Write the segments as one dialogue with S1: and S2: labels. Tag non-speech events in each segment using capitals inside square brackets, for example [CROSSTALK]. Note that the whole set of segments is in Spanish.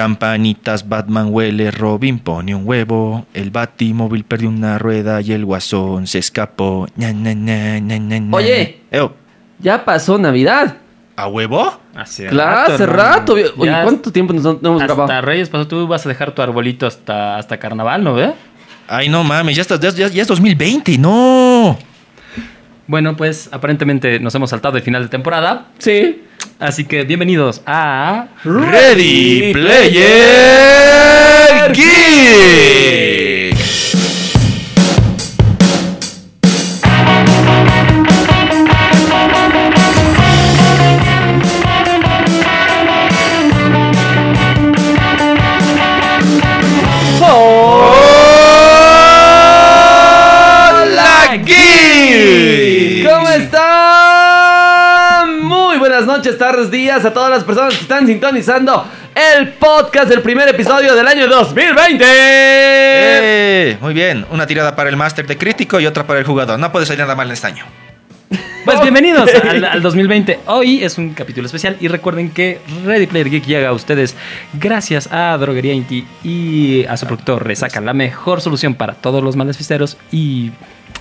S1: Campanitas, Batman huele, Robin pone un huevo, el Batimóvil perdió una rueda y el Guasón se escapó. Ña, ña, ña, ña, ña, ña.
S2: Oye.
S1: Eo,
S2: Ya pasó Navidad.
S1: Eh, ¿A huevo?
S3: Hace
S2: Claro, hace
S3: hermano.
S2: rato. Oye,
S3: Ya
S2: ¿cuánto tiempo nos, no hemos
S3: Hasta
S2: grabado?
S3: Reyes pasó, tú vas a dejar tu arbolito hasta, hasta carnaval, ¿no ve?
S1: Ay, no mames, ya, estás, ya, ya- ya es 2020, no.
S3: Bueno, pues aparentemente nos hemos saltado el final de temporada.
S2: Sí.
S3: Así que bienvenidos a.
S1: Ready Player Geek. Hola Geek.
S2: ¿Cómo están? Muy buenas noches, tardes, días a todas las personas que están sintonizando el podcast del primer episodio del año 2020.
S1: ¡Eh! Muy bien, una tirada para el máster de crítico y otra para el jugador. No puede salir nada mal en este año.
S3: Pues [LAUGHS] bienvenidos al, al 2020. Hoy es un capítulo especial y recuerden que Ready Player Geek llega a ustedes gracias a Droguería Inti y a su productor. Le sacan la mejor solución para todos los males fiesteros y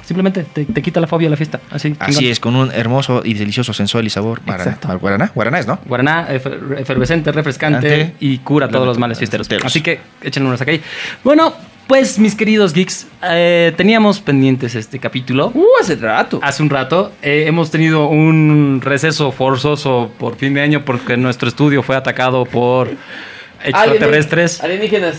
S3: simplemente te, te quita la fobia a la fiesta. Así,
S1: Así es, con un hermoso y delicioso sensual y sabor. guaraná.
S3: Exacto.
S1: Guaraná, guaraná es, ¿no?
S3: Guaraná, efer- efervescente, refrescante
S1: Ante-
S3: y cura todos los males
S1: Ante-
S3: fiesteros.
S1: fiesteros.
S3: Así que échenle una saca ahí. Bueno, pues mis queridos geeks, eh, teníamos pendientes este capítulo.
S2: Uh, hace rato.
S3: Hace un rato eh, hemos tenido un receso forzoso por fin de año porque nuestro estudio fue atacado por extraterrestres.
S2: Alienígenas.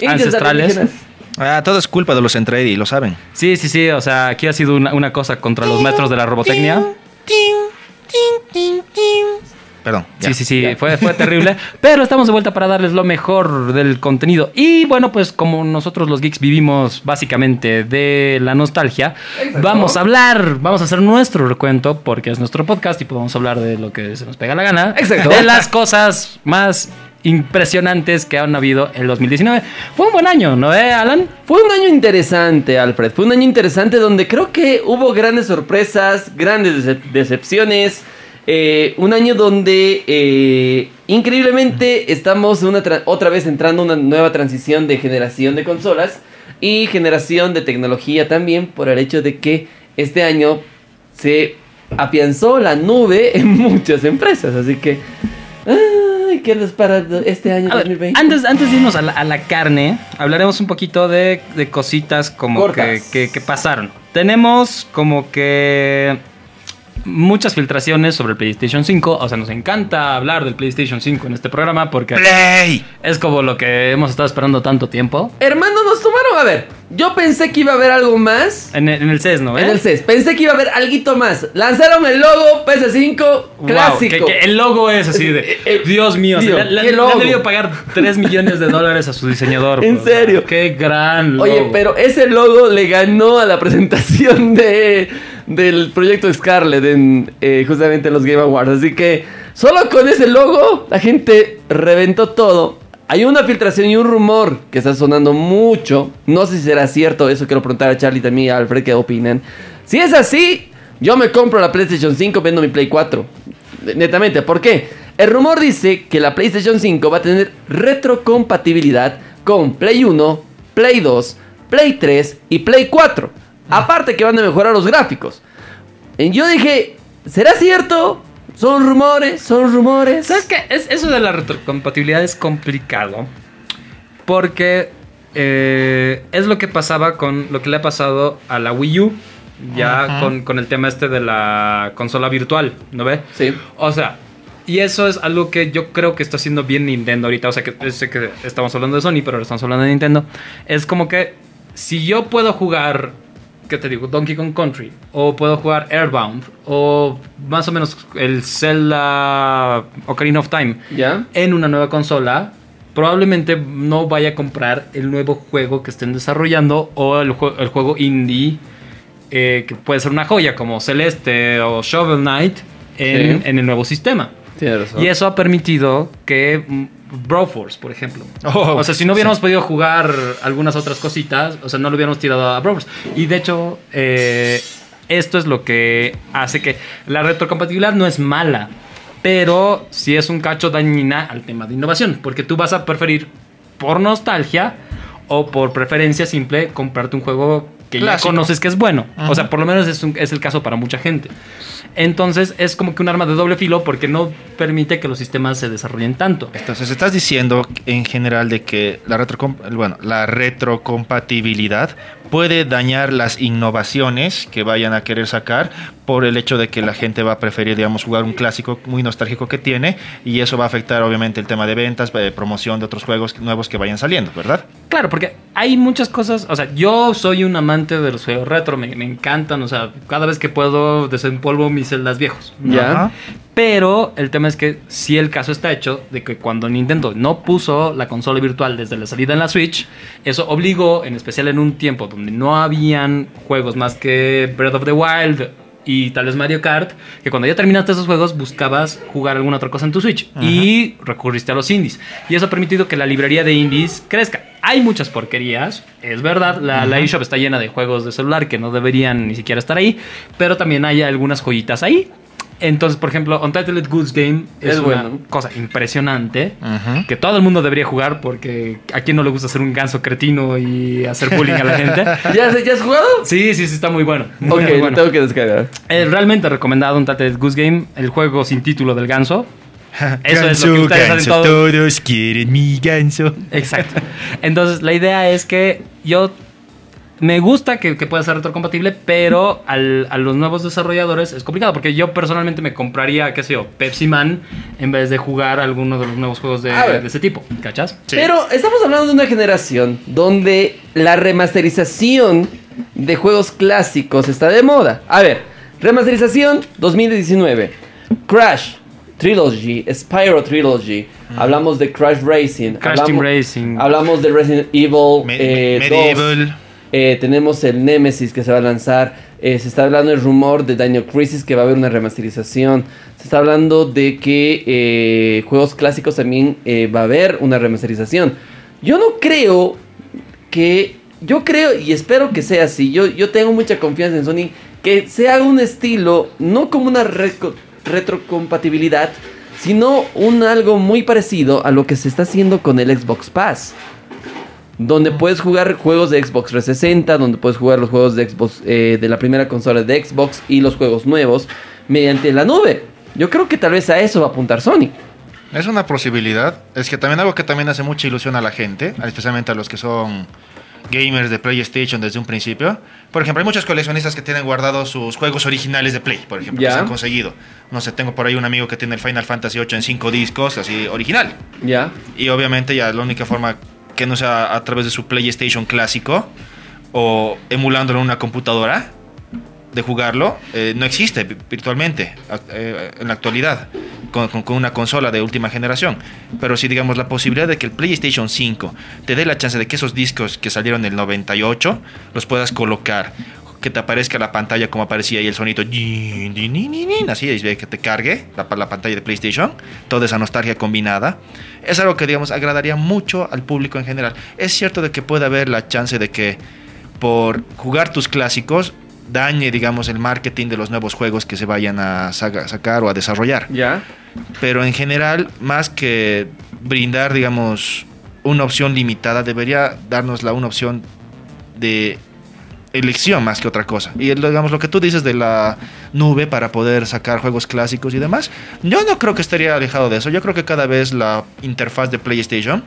S2: Indios
S3: Ancestrales.
S2: alienígenas.
S1: Ah, todo es culpa de los Entredi, lo saben.
S3: Sí, sí, sí, o sea, aquí ha sido una, una cosa contra los maestros de la robotecnia.
S1: Perdón. ya.
S3: Sí, sí, sí, fue, fue
S1: [LAUGHS]
S3: terrible. Pero estamos de vuelta para darles lo mejor del contenido. Y bueno, pues como nosotros los geeks vivimos básicamente de la nostalgia,
S2: Exacto.
S3: vamos a hablar, vamos a hacer nuestro recuento, porque es nuestro podcast y podemos hablar de lo que se nos pega la gana.
S2: Exacto.
S3: De las cosas más impresionantes que han habido en 2019. Fue un buen año, ¿no, eh, Alan?
S2: Fue un año interesante, Alfred. Fue un año interesante donde creo que hubo grandes sorpresas, grandes dece- decepciones. Eh, un año donde eh, increíblemente estamos una tra- otra vez entrando a una nueva transición de generación de consolas y generación de tecnología también por el hecho de que este año se afianzó la nube en [LAUGHS] muchas empresas. Así que, ay, ¿qué nos para este año
S3: A ver,
S2: 2020?
S3: antes, antes de irnos a la, a la carne, hablaremos un poquito de, de cositas como que,
S2: Cortas.
S3: que- que pasaron. Tenemos como que muchas filtraciones sobre el PlayStation 5. O sea, nos encanta hablar del PlayStation 5 en este programa porque
S1: Play.
S3: es como lo que hemos estado esperando tanto tiempo.
S2: Hermano, nos tomaron. A ver, yo pensé que iba a haber algo más.
S3: En el, en el CES, ¿no? ¿Eh?
S2: En el E
S3: CES.
S2: CES. Pensé que iba a haber algo más. Lanzaron el logo PS5 clásico.
S3: el logo es así de.
S2: Eh, eh,
S3: Dios mío, o sea,
S2: Dios,
S3: le- le,
S2: ¿qué
S3: le
S2: logo?
S3: han debido pagar 3 millones de dólares a su
S2: [LAUGHS]
S3: diseñador.
S2: ¿En
S3: o sea,
S2: serio?
S3: Qué gran logo.
S2: Oye, pero ese logo le ganó a la [LAUGHS] presentación de, del proyecto Scarlet en eh, justamente los Game Awards. Así que solo con ese logo la gente reventó todo. Hay una filtración y un rumor que está sonando mucho. No sé si será cierto, eso quiero preguntar a Charlie también y a Alfred qué opinan. Si es así, yo me compro la PlayStation 5 vendo mi Play 4. Netamente, ¿por qué? El rumor dice que la PlayStation 5 va a tener retrocompatibilidad con Play 1, Play 2, Play 3 y Play 4. Aparte que van a mejorar los gráficos. Y yo dije, ¿será cierto? Son rumores, son rumores.
S3: ¿Sabes qué? Es, eso de la retrocompatibilidad es complicado. Porque eh, es lo que pasaba con lo que le ha pasado a la Wii U. Ya con, con el tema este de la consola virtual, ¿no ve?
S2: Sí.
S3: O sea, y eso es algo que yo creo que está haciendo bien Nintendo ahorita. O sea, que sé que estamos hablando de Sony, pero ahora estamos hablando de Nintendo. Es como que si yo puedo jugar, ¿qué te digo? Donkey Kong Country, o puedo jugar Airbound, o más o menos el Zelda Ocarina of Time
S2: ¿Ya?
S3: en una nueva consola, probablemente no vaya a comprar el nuevo juego que estén desarrollando o el, jue- el juego indie, eh, que puede ser una joya como Celeste o Shovel Knight, en,
S2: Sí.
S3: en el nuevo sistema.
S2: Tienes razón.
S3: Y eso ha permitido que mm, Broforce, por ejemplo.
S1: Oh,
S3: o sea, si no hubiéramos podido jugar algunas otras cositas, o sea, no lo hubiéramos tirado a Broforce. Y de hecho, eh, esto es lo que hace que la retrocompatibilidad no es mala. pero sí es un cacho dañina al tema de innovación, porque tú vas a preferir por nostalgia o por preferencia simple comprarte un juego que
S1: Clásico.
S3: ya conoces que es bueno.
S1: Ajá.
S3: O sea, por lo menos es, un- es el caso para mucha gente. Entonces es como que un arma de doble filo porque no permite que los sistemas se desarrollen tanto.
S1: Entonces, estás diciendo en general de que la, retrocom- bueno, la retrocompatibilidad puede dañar las innovaciones que vayan a querer sacar por el hecho de que la gente va a preferir, digamos, jugar un clásico muy nostálgico que tiene y eso va a afectar obviamente el tema de ventas, eh, promoción de otros juegos nuevos que vayan saliendo, ¿verdad?
S3: Claro, porque hay muchas cosas. O sea, yo soy un amante de los juegos retro, me, me encantan. O sea, cada vez que puedo desempolvo mis celdas viejos.
S2: Ya.
S1: Ajá.
S3: Pero el tema es que si el caso está hecho de que cuando Nintendo no puso la consola virtual desde la salida en la Switch, eso obligó, en especial en un tiempo donde no habían juegos más que Breath of the Wild y tal vez Mario Kart, que cuando ya terminaste esos juegos buscabas jugar alguna otra cosa en tu Switch y recurriste a los indies. Y eso ha permitido que la librería de indies crezca. Hay muchas porquerías, es verdad, la, la eShop está llena de juegos de celular que no deberían ni siquiera estar ahí, pero también hay algunas joyitas ahí. Entonces, por ejemplo, Untitled Goose Game es,
S2: Es
S3: una
S2: bueno.
S3: cosa impresionante
S1: Ujú.
S3: que todo el mundo debería jugar porque a quién no le gusta ser un ganso cretino y hacer bullying a la
S2: [LAUGHS]
S3: gente.
S2: ¿Ya, se- ¿Ya has jugado?
S3: Sí, sí, sí, está muy bueno. Muy,
S2: Ok,
S3: muy
S2: lo
S3: bueno.
S2: tengo que descargar.
S3: Eh, realmente recomendado Untitled Goose Game, el juego sin título
S1: [LAUGHS]
S3: del ganso. Eso es lo que
S1: Ganso,
S3: ustedes hacen
S1: ganso,
S3: todo.
S1: todos quieren mi ganso.
S3: Exacto. Entonces, la idea es que yo. Me gusta que, que pueda ser retrocompatible, pero al- a los nuevos desarrolladores es complicado. Porque yo personalmente me compraría, qué sé yo, Pepsi Man en vez de jugar alguno de los nuevos juegos de,
S2: A ver.
S3: de ese tipo. ¿Cachas?
S1: Sí.
S2: Pero estamos hablando de una generación donde la remasterización de juegos clásicos está de moda. A ver, remasterización 2019. Crash Trilogy, Spyro Trilogy. Hablamos de Crash Racing.
S3: Crash
S2: hablamos,
S3: Team Racing.
S2: Hablamos de Resident Evil.
S1: Me-
S2: eh,
S1: Medieval.
S2: 2. Eh, tenemos el Nemesis que se va a lanzar. Eh, se está hablando el rumor de Daniel Crisis que va a haber una remasterización. Se está hablando de que eh, juegos clásicos también eh, va a haber una remasterización. Yo no creo que. Yo creo y espero que sea así. Yo, yo tengo mucha confianza en Sony que se haga un estilo, no como una reco- retrocompatibilidad, sino un algo muy parecido a lo que se está haciendo con el Xbox Pass donde puedes jugar juegos de Xbox 360, donde puedes jugar los juegos de Xbox eh, de la primera consola de Xbox y los juegos nuevos mediante la nube. Yo creo que tal vez a eso va a apuntar Sony.
S1: Es una posibilidad. Es que también algo que también hace mucha ilusión a la gente, especialmente a los que son gamers de PlayStation desde un principio. Por ejemplo, hay muchos coleccionistas que tienen guardados sus juegos originales de Play, por ejemplo,
S2: Ya.
S1: que se han conseguido. No sé, tengo por ahí un amigo que tiene el Final Fantasy VIII en cinco discos, así original.
S2: Ya.
S1: Y obviamente ya la única forma que no sea a través de su PlayStation clásico o emulándolo en una computadora de jugarlo, eh, no existe vi- virtualmente a- eh, en la actualidad con, con- con una consola de última generación. Pero si digamos la posibilidad de que el PlayStation 5 te dé la chance de que esos discos que salieron en el 98 los puedas colocar. Que te aparezca la pantalla como aparecía y el sonito yin, din, din, din, din, así y que te cargue la, pa- la pantalla de PlayStation, toda esa nostalgia combinada. Es algo que digamos agradaría mucho al público en general. Es cierto de que puede haber la chance de que por jugar tus clásicos dañe, digamos, el marketing de los nuevos juegos que se vayan a saga- sacar o a desarrollar.
S2: Ya.
S1: Pero en general, más que brindar, digamos, una opción limitada, debería darnos la una opción de elección más que otra cosa. Y el- digamos, lo que tú dices de la nube para poder sacar juegos clásicos y demás, yo no creo que estaría alejado de eso. Yo creo que cada vez la interfaz de PlayStation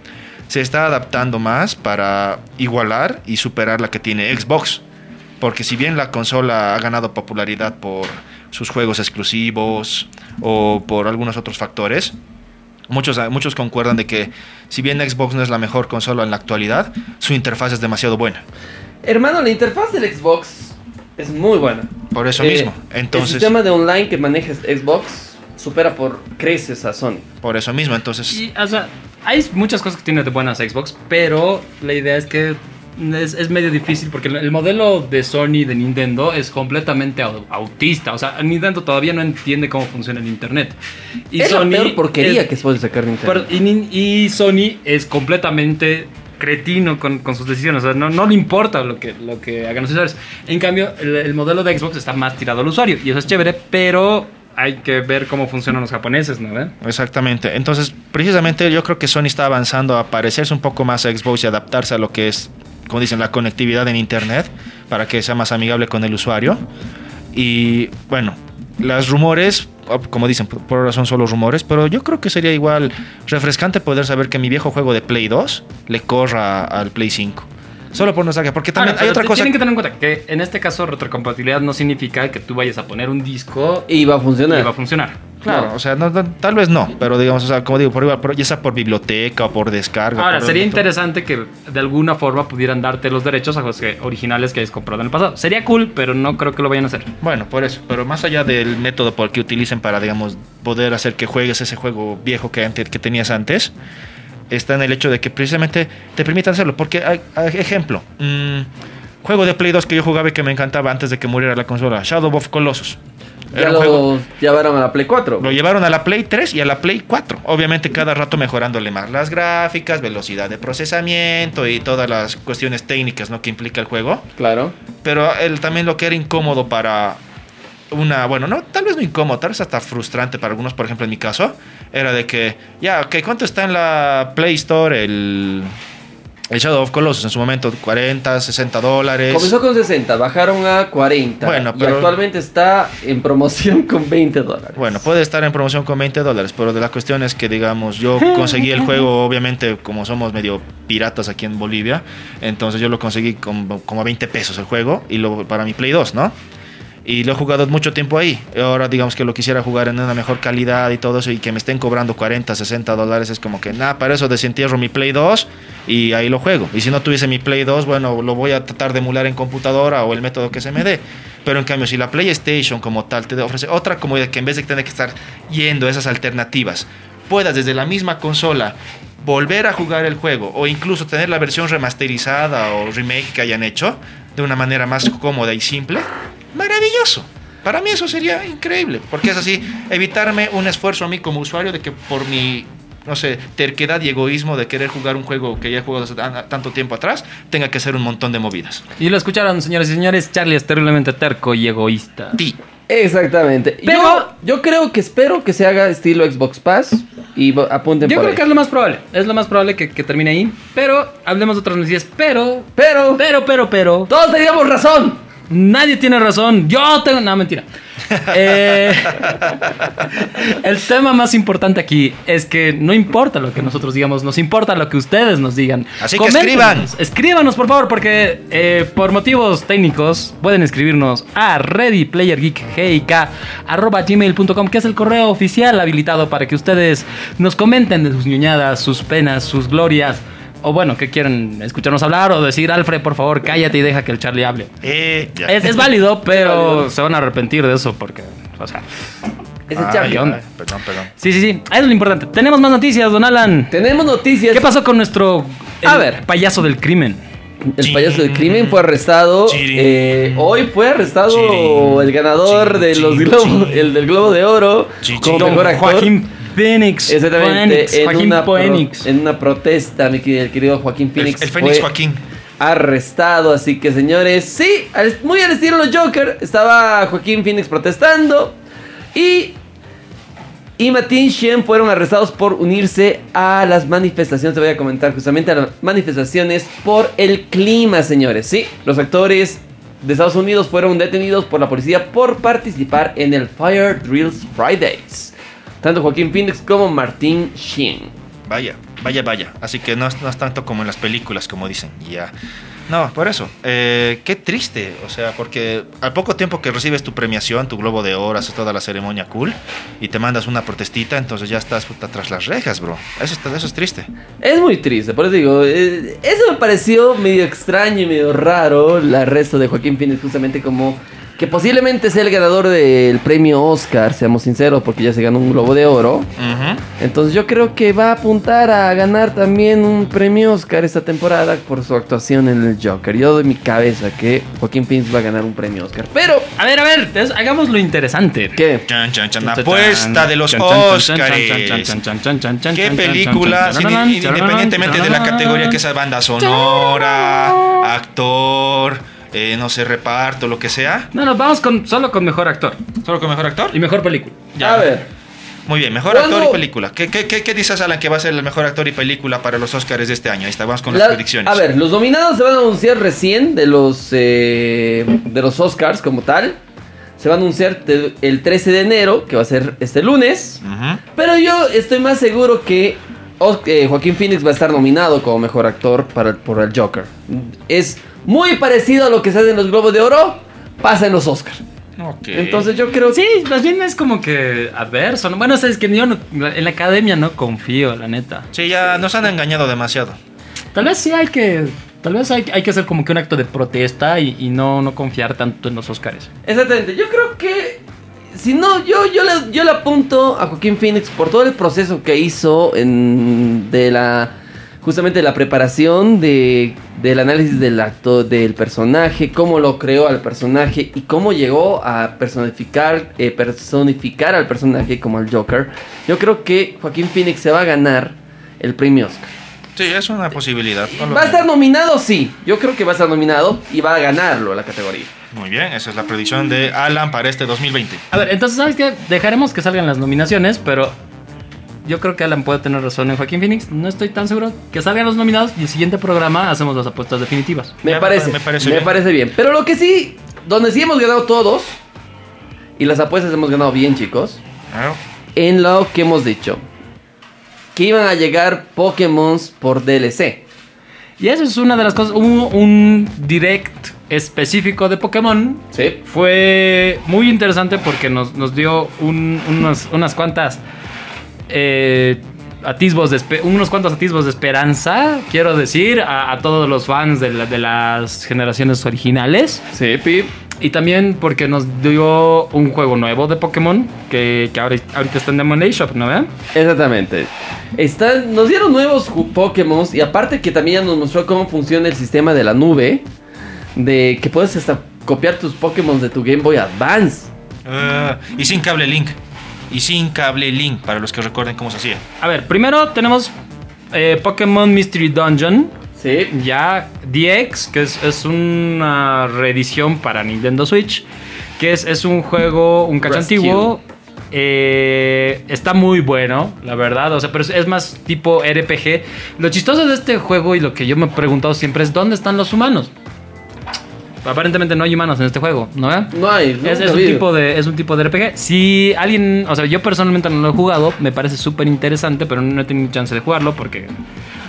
S1: se está adaptando más para igualar y superar la que tiene Xbox. Porque si bien la consola ha ganado popularidad por sus juegos exclusivos o por algunos otros factores, muchos, muchos concuerdan de que si bien Xbox no es la mejor consola en la actualidad, su interfaz es demasiado buena.
S2: Hermano, la interfaz del Xbox es muy buena.
S1: Por eso
S2: Eh,
S1: mismo.
S2: El
S1: Entonces,
S2: sistema de online que maneja Xbox supera por creces a Sony.
S1: por eso mismo. Entonces,
S3: Y, o sea, hay muchas cosas que tiene de buenas Xbox, pero la idea es que es, es medio difícil porque el- el modelo de Sony de Nintendo es completamente au- autista. O sea, Nintendo todavía no entiende cómo funciona el Internet. Y
S2: es la peor porquería
S3: es-
S2: que se puede sacar de
S3: pero-
S2: internet.
S3: y, nin- y Sony es completamente cretino con, con sus decisiones. O sea, no, no le importa lo que, lo que hagan los usuarios. En cambio, el, el modelo de Xbox está más tirado al usuario. Y eso es chévere, pero hay que ver cómo funcionan los japoneses, ¿no? ve?
S1: Exactamente. Entonces, precisamente yo creo que Sony está avanzando a parecerse un poco más a Xbox y adaptarse a lo que es, como dicen, la conectividad en Internet para que sea más amigable con el usuario. Y bueno, las rumores, oh, como dicen, por- por ahora son solo rumores, pero yo creo que sería igual refrescante poder saber que mi viejo juego de Play 2 le corra al Play 5. Solo por nostalgia, porque
S3: Ahora,
S1: también hay
S3: pero
S1: otra
S3: te-
S1: cosa.
S3: Tienen que tener en cuenta que en este caso retrocompatibilidad no significa que tú vayas a poner un disco y,
S2: Y va a funcionar.
S3: va a funcionar.
S1: Claro, o sea, no- no, tal vez no, pero digamos, o sea, como digo, por igual, por- ya sea por biblioteca o por descarga.
S3: Ahora,
S1: por-
S3: sería interesante que de alguna forma pudieran darte los derechos a los que- originales que hayas comprado en el pasado. Sería cool, pero no creo que lo vayan a hacer.
S1: Bueno, por eso, pero más allá del método por el que utilicen para, digamos, poder hacer que juegues ese juego viejo que, antes, que tenías antes, está en el hecho de que precisamente te permitan hacerlo. Porque, hay- hay ejemplo, mm, juego de Play 2 que yo jugaba y que me encantaba antes de que muriera la consola, Shadow of Colossus.
S2: Ya
S1: Era un juego-
S2: lo llevaron a la Play 4.
S1: lo llevaron a la Play 3 y a la Play 4. Obviamente cada rato mejorándole más las gráficas, velocidad de procesamiento y todas las cuestiones técnicas ¿no? que implica el juego.
S2: Claro.
S1: Pero el, también lo que era incómodo para una, bueno, no, tal vez no incómodo, tal vez hasta frustrante para algunos, por ejemplo, en mi caso, era de que, ya, ok, ¿cuánto está en la Play Store el, el Shadow of Colossus en su momento? 40, 60 dólares.
S2: Comenzó con 60, bajaron a 40.
S1: Bueno,
S2: Y
S1: pero-
S2: actualmente está en promoción con 20 dólares.
S1: Bueno, puede estar en promoción con 20 dólares, pero de la cuestión es que, digamos, yo conseguí el juego, obviamente, como somos medio piratas aquí en Bolivia, entonces yo lo conseguí con- como a 20 pesos el juego y lo para mi Play 2, ¿no? Y lo he jugado mucho tiempo ahí. Ahora, digamos que lo quisiera jugar en una mejor calidad y todo eso, y que me estén cobrando 40, 60 dólares, es como que, nada, para eso desentierro mi Play 2 y ahí lo juego. Y si no tuviese mi Play 2, bueno, lo voy a tratar de emular en computadora o el método que se me dé. Pero en cambio, si la PlayStation como tal te ofrece otra comodidad que en vez de tener que estar yendo a esas alternativas, puedas desde la misma consola volver a jugar el juego o incluso tener la versión remasterizada o remake que hayan hecho de una manera más cómoda y simple, maravilloso. Para mí eso sería increíble, porque es así, evitarme un esfuerzo a mí como usuario de que por mi, no sé, terquedad y egoísmo de querer jugar un juego que ya he jugado hace tan- tanto tiempo atrás, tenga que hacer un montón de movidas.
S3: Y lo escucharon, señores y señores. Charlie es terriblemente terco y egoísta.
S1: Ti.
S2: Exactamente.
S3: Pero-
S2: Yo, yo creo que espero que se haga estilo Xbox Pass y bo- apunten
S3: Yo
S2: por
S3: creo
S2: ahí.
S3: que es lo más probable. Es lo más probable que, que termine ahí. Pero hablemos de otras noticias. Pero,
S2: Pero
S3: pero, pero, pero.
S2: todos teníamos razón.
S3: Nadie tiene razón. Yo tengo. No,
S1: [LAUGHS]
S3: mentira. Eh, el tema más importante aquí es que no importa lo que nosotros digamos, nos importa lo que ustedes nos digan.
S1: Así que
S3: Coméntenos, Escríbanos, por favor, porque eh, por motivos técnicos pueden escribirnos a readyplayergeekgik.com, que es el correo oficial habilitado para que ustedes nos comenten de sus ñuñadas, sus penas, sus glorias. O bueno, que quieren escucharnos hablar o decir, Alfred, por favor, cállate y deja que el Charlie hable.
S1: Eh, ya.
S3: [LAUGHS] Es, es válido, pero
S2: válido.
S3: se van a arrepentir de eso porque, o sea,
S2: Ese
S1: Ay,
S2: Charlie.
S3: ¿qué onda?
S1: ay, perdón, perdón.
S3: sí, sí, sí, eso es lo importante. Tenemos más noticias, don Alan.
S2: Tenemos noticias.
S3: ¿Qué pasó con nuestro
S2: A
S3: el
S2: ver.
S3: payaso del crimen?
S2: El payaso del crimen fue arrestado.
S1: Chirin.
S2: eh, hoy fue arrestado
S1: Chirin.
S2: el ganador
S1: Chirin,
S2: de los
S1: chirin,
S2: globos,
S1: chirin.
S2: el del globo de oro
S1: Chirin.
S2: como
S1: Don
S2: mejor actor.
S3: Joaquín Phoenix. Phoenix,
S2: Exactamente, en
S3: Joaquín
S2: una, pro-
S3: Phoenix.
S2: en una protesta, mi querido, el querido Joaquín
S1: El,
S2: Phoenix.
S1: el Fénix
S2: fue
S1: Joaquín.
S2: Arrestado, así que señores, sí, al- muy al estilo los Joker, estaba Joaquín Phoenix protestando y. Y Matin Shen fueron arrestados por unirse a las manifestaciones. Te voy a comentar justamente a las manifestaciones por el clima, señores. Sí, los actores de Estados Unidos fueron detenidos por la policía por participar en el Fire Drills Fridays. Tanto Joaquín Phoenix como Martin Shen.
S1: Vaya, vaya, vaya. Así que no es, no es tanto como en las películas, como dicen. Ya. No, por eso. Eh, qué triste. O sea, porque al poco tiempo que recibes tu premiación, tu globo de oro, haces toda la ceremonia cool y te mandas una protestita, entonces ya estás puta, tras las rejas, bro. Eso, está- eso es triste.
S2: Es muy triste, por eso digo, eh, eso me pareció medio extraño y medio raro el arresto de Joaquín Phoenix justamente como que posiblemente sea el ganador del premio Oscar, seamos sinceros, porque ya se ganó un Globo de Oro.
S1: Ujú.
S2: Entonces yo creo que va a apuntar a ganar también un premio Oscar esta temporada por su actuación en el Joker. Yo doy mi cabeza que Joaquín Phoenix va a ganar un premio Oscar. Pero,
S3: A ver, a ver, es- hagamos lo interesante.
S2: ¿qué?
S1: Chan, chan, chan. La
S3: Chan,
S1: apuesta
S3: chan,
S1: de los
S3: chan, chan, chan, chan,
S1: Oscars.
S3: chan, chan, chan, chan, chan,
S1: ¿Qué
S3: chan, chan,
S1: película?
S3: chan,
S1: sin-
S3: chan,
S1: in-
S3: chan,
S1: Independientemente de la
S3: chan,
S1: categoría que
S3: chan,
S1: sea banda sonora, actor, eh, no sé, reparto, lo que sea.
S3: No, no, vamos con, solo con mejor actor
S1: Solo con mejor actor.
S3: y mejor película.
S1: Ya.
S2: A ver.
S1: Muy bien, mejor
S2: ¿Cuándo-
S1: actor y película. ¿Qué, qué, qué, qué dices, Alan, que va a ser el mejor actor y película para los Oscars de este año? Ahí está, vamos con las
S2: La-
S1: predicciones.
S2: A ver, los nominados se van a anunciar recién de los eh, de los Oscars como tal. Se va a anunciar te- el 13 de enero, que va a ser este lunes.
S1: Ujú.
S2: Pero yo estoy más seguro que Os- eh, Joaquín Phoenix va a estar nominado como mejor actor para, por el Joker. Es muy parecido a lo que se hace en los Globos de Oro, pasa en los Oscars.
S1: Ok.
S2: Entonces yo creo
S3: Sí, más bien es como que adverso. ¿no? Bueno, sabes que yo no- en la academia no confío, la neta.
S1: Sí, ya nos han engañado demasiado.
S3: Tal vez sí hay que. Tal vez hay, hay que hacer como que un acto de protesta y, y no, no confiar tanto en los Oscars.
S2: Exactamente, yo creo que. Si no, yo, yo, le, yo le apunto a Joaquín Phoenix por todo el proceso que hizo en, de la. Justamente de la preparación, de, del análisis del acto del personaje, cómo lo creó al personaje y cómo llegó a personificar, eh, personificar al personaje como el Joker. Yo creo que Joaquín Phoenix se va a ganar el premio Oscar.
S1: Sí, es una posibilidad. No lo
S2: ¿Va a
S1: niego.
S2: estar nominado? Sí, yo creo que va a estar nominado y va a ganarlo la categoría.
S1: Muy bien, esa es la predicción de Alan para este 2020.
S3: A ver, entonces, ¿sabes qué? Dejaremos que salgan las nominaciones, pero yo creo que Alan puede tener razón en Joaquín Phoenix. No estoy tan seguro que salgan los nominados y el siguiente programa hacemos las apuestas definitivas.
S2: Me,
S1: Me
S2: parece,
S1: pa- me
S2: me,
S1: parece
S2: parece,
S1: bien.
S2: bien. Pero lo que sí, donde sí hemos ganado todos, y las apuestas hemos ganado bien, chicos,
S1: Claro.
S2: en lo que hemos dicho, que iban a llegar Pokémon por DLC.
S3: Y eso es una de las cosas. Hubo un direct específico de Pokémon
S2: Sí.
S3: Fue muy interesante porque nos, nos dio un- unos- unas cuantas eh, atisbos de espe- unos cuantos atisbos de esperanza, quiero decir, a, a todos los fans de, la- de las generaciones originales.
S2: Sí, Pip.
S3: Y también porque nos dio un juego nuevo de Pokémon que, que ahora, ahorita está en Demon Day Shop, ¿no ven?
S2: Exactamente. Están, nos dieron nuevos ju- Pokémon y aparte que también ya nos mostró cómo funciona el sistema de la nube, de que puedes hasta copiar tus Pokémon de tu Game Boy Advance.
S1: Ah, y sin cable link. Y sin cable link, para los que recuerden cómo se hacía.
S3: A ver, primero tenemos eh, Pokémon Mystery Dungeon.
S2: Sí.
S3: ya DX, que es, es una reedición para Nintendo Switch, que es, es un juego un cacho
S2: Rescue.
S3: antiguo. Eh, está muy bueno, la verdad. O sea, pero es, es más tipo RPG. Lo chistoso de este juego y lo que yo me he preguntado siempre es: ¿dónde están los humanos? Aparentemente no hay humanos en este juego, ¿no?
S2: No hay. nunca
S3: Es, es
S2: ha
S3: un
S2: habido.
S3: tipo de, es un tipo de RPG. Si alguien, o sea, yo personalmente no lo he jugado, me parece súper interesante, pero no he tenido chance de jugarlo porque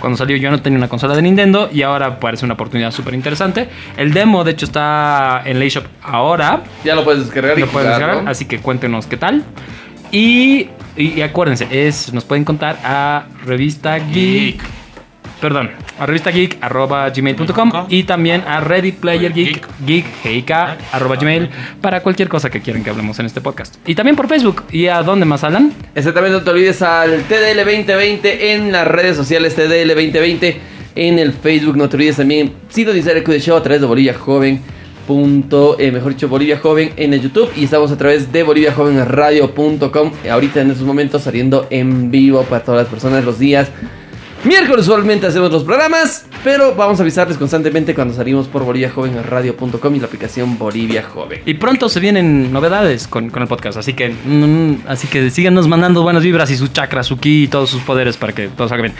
S3: cuando salió yo no tenía una consola de Nintendo y ahora parece una oportunidad súper interesante. El demo, de hecho, está en eShop ahora.
S2: Ya lo puedes descargar y
S3: Lo pueden
S2: jugar,
S3: descargar,
S2: ¿no?
S3: así que cuéntenos qué tal. Y, y- y acuérdense, es, nos pueden contar a revista geek. Perdón, a revistageek.gmail.com y también a readyplayergeek, geek, arroba gmail, para cualquier cosa que quieran que hablemos en este podcast. Y también por Facebook. ¿Y a dónde más, Alan?
S2: Exactamente, Este, no te olvides al TDL2020 en las redes sociales TDL2020 en el Facebook. No te olvides también sintonizar el Q de Show a través de Bolivia Joven. punto, eh, mejor dicho, Bolivia Joven en el YouTube y estamos a través de boliviajovenradio.com. eh, Ahorita en estos momentos saliendo en vivo para todas las personas los días. Miércoles usualmente hacemos los programas, pero vamos a avisarles constantemente cuando salimos por boliviajovenradio.com y la aplicación Bolivia Joven.
S3: Y pronto se vienen novedades con, con el podcast, así que, mm, así que síganos mandando buenas vibras y su chakra, su ki y todos sus poderes para que todo salga bien.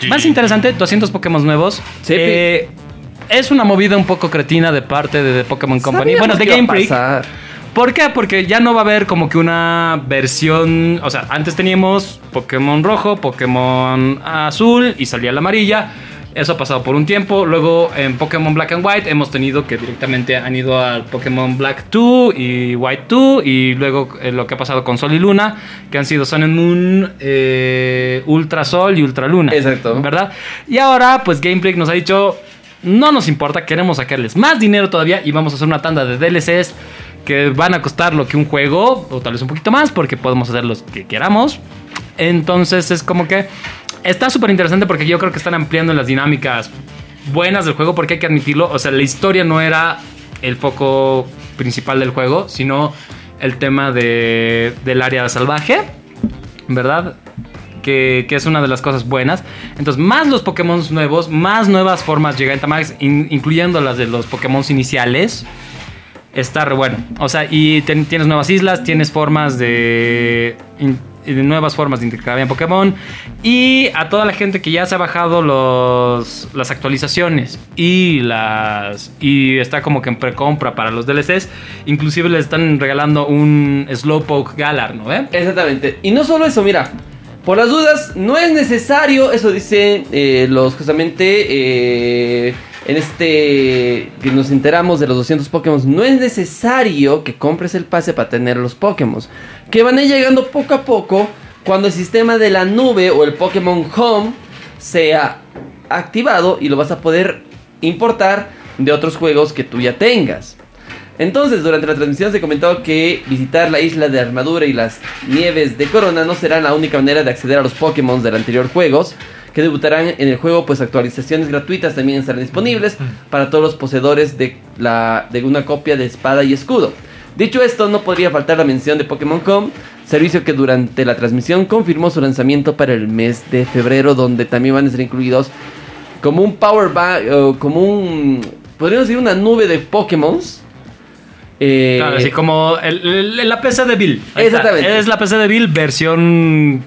S1: Sí.
S3: Más interesante, 200 Pokémon nuevos.
S2: Sí,
S3: Eh, es una movida un poco cretina de parte de The Pokémon Company.
S2: Sabíamos
S3: Bueno,
S2: que
S3: de
S2: iba a
S3: Game Freak.
S2: pasar.
S3: ¿Por qué? Porque ya no va a haber como que una versión. O sea, antes teníamos Pokémon rojo, Pokémon azul y salía la amarilla. Eso ha pasado por un tiempo. Luego en Pokémon Black and White hemos tenido que directamente han ido al Pokémon Black 2 y White 2. Y luego eh, lo que ha pasado con Sol y Luna, que han sido Sun and Moon, eh, Ultra Sol y Ultra Luna.
S2: Exacto.
S3: ¿Verdad? Y ahora, pues Game Freak nos ha dicho, no nos importa, queremos sacarles más dinero todavía y vamos a hacer una tanda de DLCs que van a costar lo que un juego, o tal vez un poquito más, porque podemos hacer los que queramos. Entonces es como que está súper interesante porque yo creo que están ampliando las dinámicas buenas del juego, porque hay que admitirlo, o sea, la historia no era el foco principal del juego, sino el tema de, del área salvaje. ¿verdad? que, que es una de las cosas buenas. Entonces, más los Pokémon nuevos, más nuevas formas Gigantamax, in- incluyendo las de los Pokémon iniciales. Está re bueno. O sea, y ten- tienes nuevas islas, tienes formas de. in- y de nuevas formas de intercambiar Pokémon. Y a toda la gente que ya se ha bajado los, las actualizaciones y las. Y está como que en precompra para los DLCs. Inclusive le están regalando un Slowpoke Galar, ¿no? ve?
S2: Exactamente. Y no solo eso, mira. Por las dudas, no es necesario, eso dicen eh, los justamente eh, en este que nos enteramos de los 200 Pokémon, no es necesario que compres el pase para tener los Pokémon, que van a ir llegando poco a poco cuando el sistema de la nube o el Pokémon Home sea activado y lo vas a poder importar de otros juegos que tú ya tengas. Entonces, durante la transmisión se comentó que visitar la isla de Armadura y las nieves de Corona no será la única manera de acceder a los Pokémon del anterior juegos, que debutarán en el juego, pues actualizaciones gratuitas también estarán disponibles para todos los poseedores de, la, de una copia de espada y escudo. Dicho esto, no podría faltar la mención de Pokémon Com, servicio que durante la transmisión confirmó su lanzamiento para el mes de febrero, donde también van a ser incluidos como un power bank, o como un, podríamos decir, una nube de eh, Pokémon.
S3: Claro, así como el- el- la PC de Bill. Ahí está.
S2: Exactamente.
S3: Es la PC de Bill versión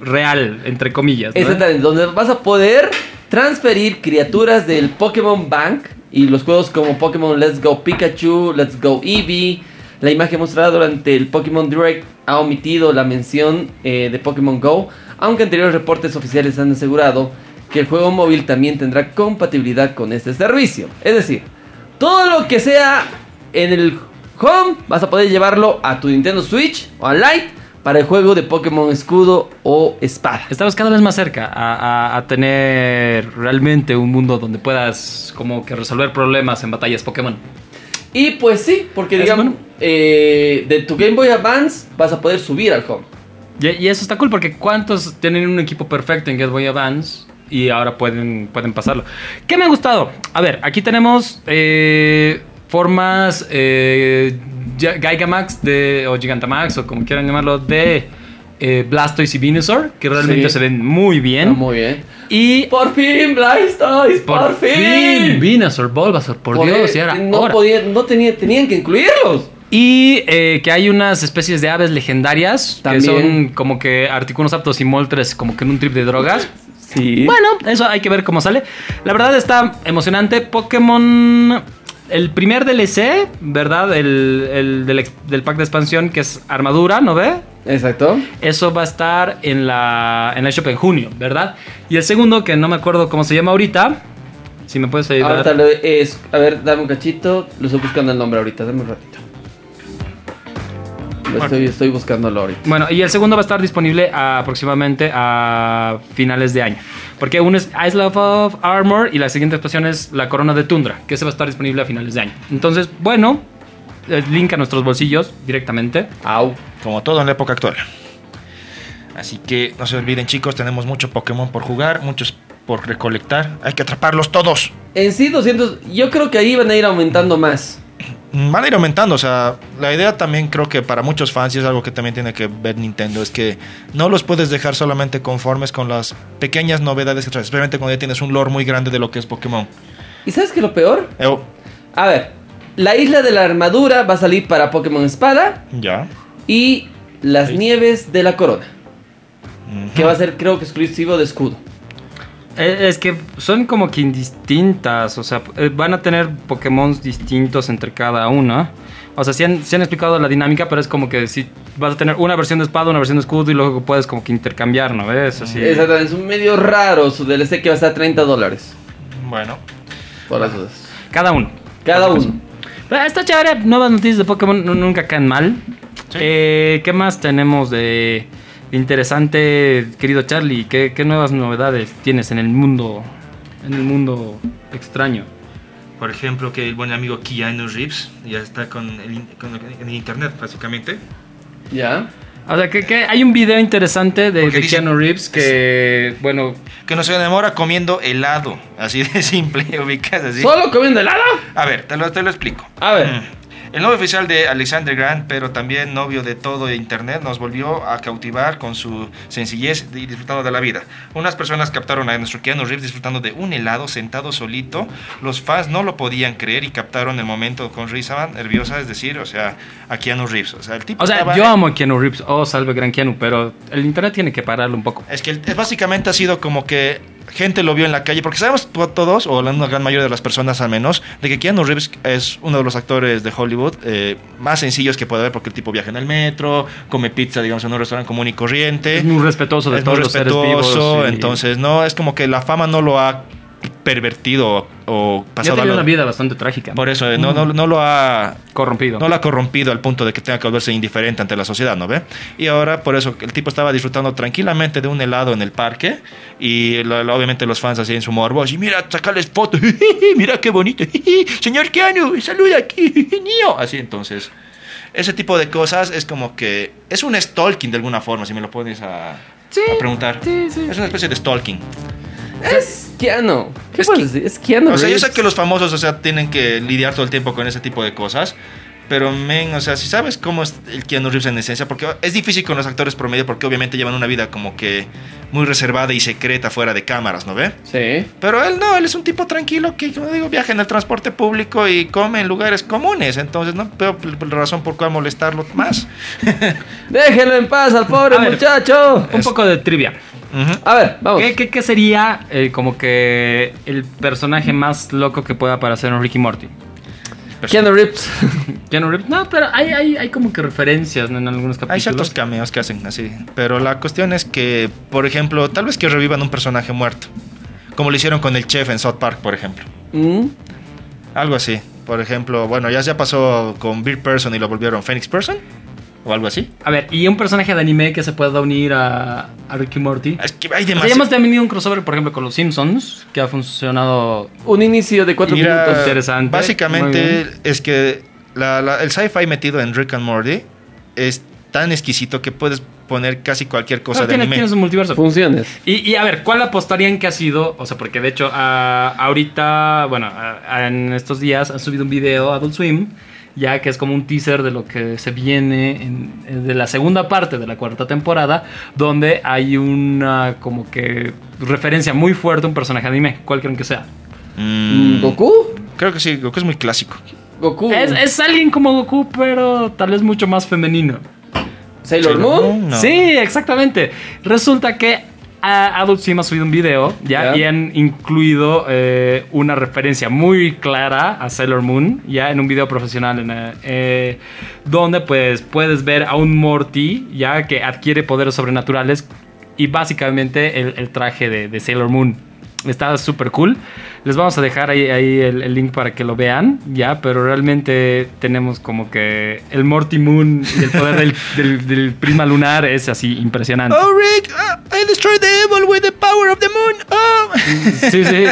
S3: real, entre comillas. ¿no?
S2: Exactamente, donde vas a poder transferir criaturas del Pokémon Bank y los juegos como Pokémon Let's Go Pikachu, Let's Go Eevee. La imagen mostrada durante el Pokémon Direct ha omitido la mención eh, de Pokémon Go, aunque anteriores reportes oficiales han asegurado que el juego móvil también tendrá compatibilidad con este servicio. Es decir, todo lo que sea en el home vas a poder llevarlo a tu Nintendo Switch o a Lite para el juego de Pokémon Escudo o Espada.
S3: Estamos cada vez más cerca a, a- a tener realmente un mundo donde puedas como que resolver problemas en batallas Pokémon.
S2: Y pues sí, porque
S3: Es
S2: digamos,
S3: bueno.
S2: eh, de tu Game Boy Advance vas a poder subir al home.
S3: Y, y eso está cool porque cuántos tienen un equipo perfecto en Game Boy Advance y ahora pueden, pueden pasarlo. ¿Qué me ha gustado? A ver, aquí tenemos eh, formas eh, Ya- Gigamax de, o Gigantamax o como quieran llamarlo de eh, Blastoise y Venusaur que realmente
S2: Sí.
S3: se ven muy bien.
S2: Ah, muy bien.
S3: y
S2: Por fin, Blastoise, por, fin.
S3: Venusaur, Bulbasaur, por,
S2: Porque
S3: Dios, y ahora.
S2: no
S3: ahora.
S2: podían- no tenía- tenían que incluirlos.
S3: Y eh, que hay unas especies de aves legendarias
S2: También.
S3: que son como que Articunos aptos y moltres, como que en un trip de drogas.
S2: Sí.
S3: Bueno, eso hay que ver cómo sale. La verdad está emocionante. Pokémon. El primer DLC, ¿verdad? El, el del, ex- del pack de expansión que es armadura, ¿no ve?
S2: Exacto.
S3: Eso va a estar en la, en la shop en junio, ¿verdad? Y el segundo, que no me acuerdo cómo se llama ahorita. Si me puedes ayudar.
S2: Ahora tal vez es. A ver, dame un cachito. Lo estoy buscando el nombre ahorita, dame un ratito. Lo
S3: Bueno.
S2: estoy, estoy buscándolo ahorita.
S3: Bueno, y el segundo va a estar disponible a- aproximadamente a finales de año. Porque uno es Isle of Armor y la siguiente expansión es la Corona de Tundra, que se va a estar disponible a finales de año. Entonces, bueno, eh, link a nuestros bolsillos directamente.
S2: Au.
S1: Como todo en la época actual. Así que no se olviden, chicos, tenemos mucho Pokémon por jugar, muchos por recolectar. Hay que atraparlos todos.
S2: En sí, 200. Yo creo que ahí van a ir aumentando más.
S1: Mm, Van a ir aumentando, o sea, la idea también creo que para muchos fans y es algo que también tiene que ver Nintendo, es que no los puedes dejar solamente conformes con las pequeñas novedades que traes, especialmente cuando ya tienes un lore muy grande de lo que es Pokémon.
S2: ¿Y sabes qué es lo peor?
S1: Eh, oh,
S2: A ver, la isla de la armadura va a salir para Pokémon Espada
S1: ya.
S2: y las
S1: Ahí.
S2: nieves de la corona,
S1: Ujú.
S2: que va a ser creo que exclusivo de escudo.
S3: Eh, Es que son como que indistintas, o sea, eh, van a tener Pokémon distintos entre cada una. O sea, sí han, sí han explicado la dinámica, pero es como que si vas a tener una versión de espada, una versión de escudo y luego puedes como que intercambiar, ¿no ves? Así.
S2: Exactamente, es un medio raro su DLC que va a estar a 30 dólares,
S1: Bueno,
S2: por las dudas.
S3: Cada uno.
S2: Cada uno.
S3: Pero Ah, Está chévere, nuevas noticias de Pokémon nu- nunca caen mal.
S1: Sí.
S3: Eh, ¿Qué más tenemos de interesante, querido Charlie? ¿Qué, qué nuevas novedades tienes en el mundo, en el mundo extraño?
S1: Por ejemplo, que el buen amigo Keanu Reeves ya está con el, in- con el- en el internet, básicamente.
S2: ¿Ya?
S3: O sea, que, que hay un video interesante de,
S1: Porque
S3: de
S1: dice-
S3: Keanu Reeves que, bueno,
S1: Que nos enamora comiendo helado, así de [LAUGHS] simple, ubicas así.
S2: ¿Solo comiendo helado?
S1: A ver, te lo, te lo explico.
S2: A ver.
S1: Mm. El novio oficial de Alexander Grant, pero también novio de todo Internet, nos volvió a cautivar con su sencillez y disfrutando de la vida. Unas personas captaron a nuestro Keanu Reeves disfrutando de un helado sentado solito. Los fans no lo podían creer y captaron el momento con risa nerviosa, es decir, o sea, a Keanu Reeves. O sea, el tipo
S3: O sea,
S1: estaba-
S3: yo amo a Keanu Reeves. Oh, salve gran Keanu. Pero el internet tiene que pararlo un poco.
S1: Es que el- básicamente ha sido como que gente lo vio en la calle, porque sabemos to- todos, o la una gran mayoría de las personas al menos, de que Keanu Reeves es uno de los actores de Hollywood eh, más sencillos que puede haber, porque el tipo viaja en el metro, come pizza, digamos, en un restaurante común y corriente.
S3: Es muy respetuoso de
S1: es muy
S3: todos los seres
S1: respetuoso,
S3: vivos. y-
S1: entonces no, es como que la fama no lo ha pervertido o, o
S3: Ya
S1: pasado
S3: tenía una
S1: algo.
S3: vida bastante trágica.
S1: Por eso, eh, no, no, no lo ha
S3: Corrompido.
S1: no la ha corrompido al punto de que tenga que volverse indiferente ante la sociedad, ¿no ve? Y ahora, por eso, el tipo estaba disfrutando tranquilamente de un helado en el parque y la- la- obviamente los fans así en su morbo, y mira, sacarles fotos, [LAUGHS] mira qué bonito, señor Keanu, saluda aquí, niño. Así entonces, ese tipo de cosas es como que es un stalking de alguna forma, si me lo pones a, a preguntar. Es una especie de stalking.
S2: Es Keanu. ¿Qué
S1: Es
S2: puedes
S1: que-
S2: decir? Es Keanu.
S1: O sea, yo
S2: Reeves.
S1: sé que los famosos, o sea, tienen que lidiar todo el tiempo con ese tipo de cosas. Pero, men, o sea, si sabes cómo es el Keanu Reeves en esencia, porque es difícil con los actores promedio, porque obviamente llevan una vida como que muy reservada y secreta fuera de cámaras, ¿no ve?
S2: Sí.
S1: Pero él no, él es un tipo tranquilo que, como digo, viaja en el transporte público y come en lugares comunes. Entonces, no veo pl- pl- razón por cuál molestarlo más.
S2: Déjenlo en paz al pobre
S3: A ver.
S2: muchacho.
S3: Un poco de trivia.
S1: Ujú.
S2: A ver, vamos.
S3: ¿Qué, qué- qué sería eh, como que el personaje más loco que pueda aparecer en
S1: [LAUGHS]
S3: Ricky Morty?
S2: Keanu Reeves.
S3: Keanu Reeves. No, pero hay, hay, hay como que referencias ¿no? en algunos capítulos.
S1: Hay ciertos cameos que hacen así. Pero la cuestión es que, por ejemplo, tal vez que revivan un personaje muerto. Como lo hicieron con el chef en South Park, por ejemplo.
S2: Mm.
S1: Algo así. Por ejemplo, bueno, ya se pasó con Beer Person y lo volvieron Phoenix Person. O algo así.
S3: A ver, ¿y un personaje de anime que se pueda unir a, a Ricky Morty?
S1: Es que hay
S3: O sea, Pues ya hemos
S1: demasiado.
S3: tenido un crossover, por ejemplo, con los Simpsons, que ha funcionado.
S2: Un inicio de cuatro
S1: Mira,
S2: minutos.
S3: interesante. Muy
S1: Básicamente
S3: bien.
S1: es que la- la- el sci-fi metido en Rick and Morty es tan exquisito que puedes poner casi cualquier cosa
S3: Bueno,
S1: de
S3: tienes,
S1: anime.
S3: tienes un multiverso.
S2: Funciones.
S3: Y, y a ver, ¿cuál apostarían que ha sido? O sea, porque de hecho, ah, ahorita, bueno, ah, ah, en estos días han subido un video Adult Swim, ya que es como un teaser de lo que se viene en- en- de la segunda parte de la cuarta temporada, donde hay una como que referencia muy fuerte a un personaje anime. ¿Cuál creen que sea?
S1: Mm,
S2: ¿Goku?
S1: Creo que sí, Goku es muy clásico.
S2: Goku.
S3: Es, es alguien como Goku, pero tal vez mucho más femenino.
S2: Sailor
S1: Sailor
S2: Moon.
S1: Moon, no.
S3: Sí, exactamente. Resulta que ah, Adult Swim ha subido un video ya
S2: Ya.
S3: y han incluido eh, una referencia muy clara a Sailor Moon ya en un video profesional en, eh, eh, donde pues puedes ver a un Morty ya que adquiere poderes sobrenaturales y básicamente el, el traje de, de Sailor Moon. Está súper cool. Les vamos a dejar ahí, ahí el, el link para que lo vean, ya, pero realmente tenemos como que el Morty Moon y el poder del, del- del prisma lunar es así impresionante.
S1: [LAUGHS] Oh, Rick, ah, I destroyed the evil with the power of the moon. Oh.
S3: Sí, sí.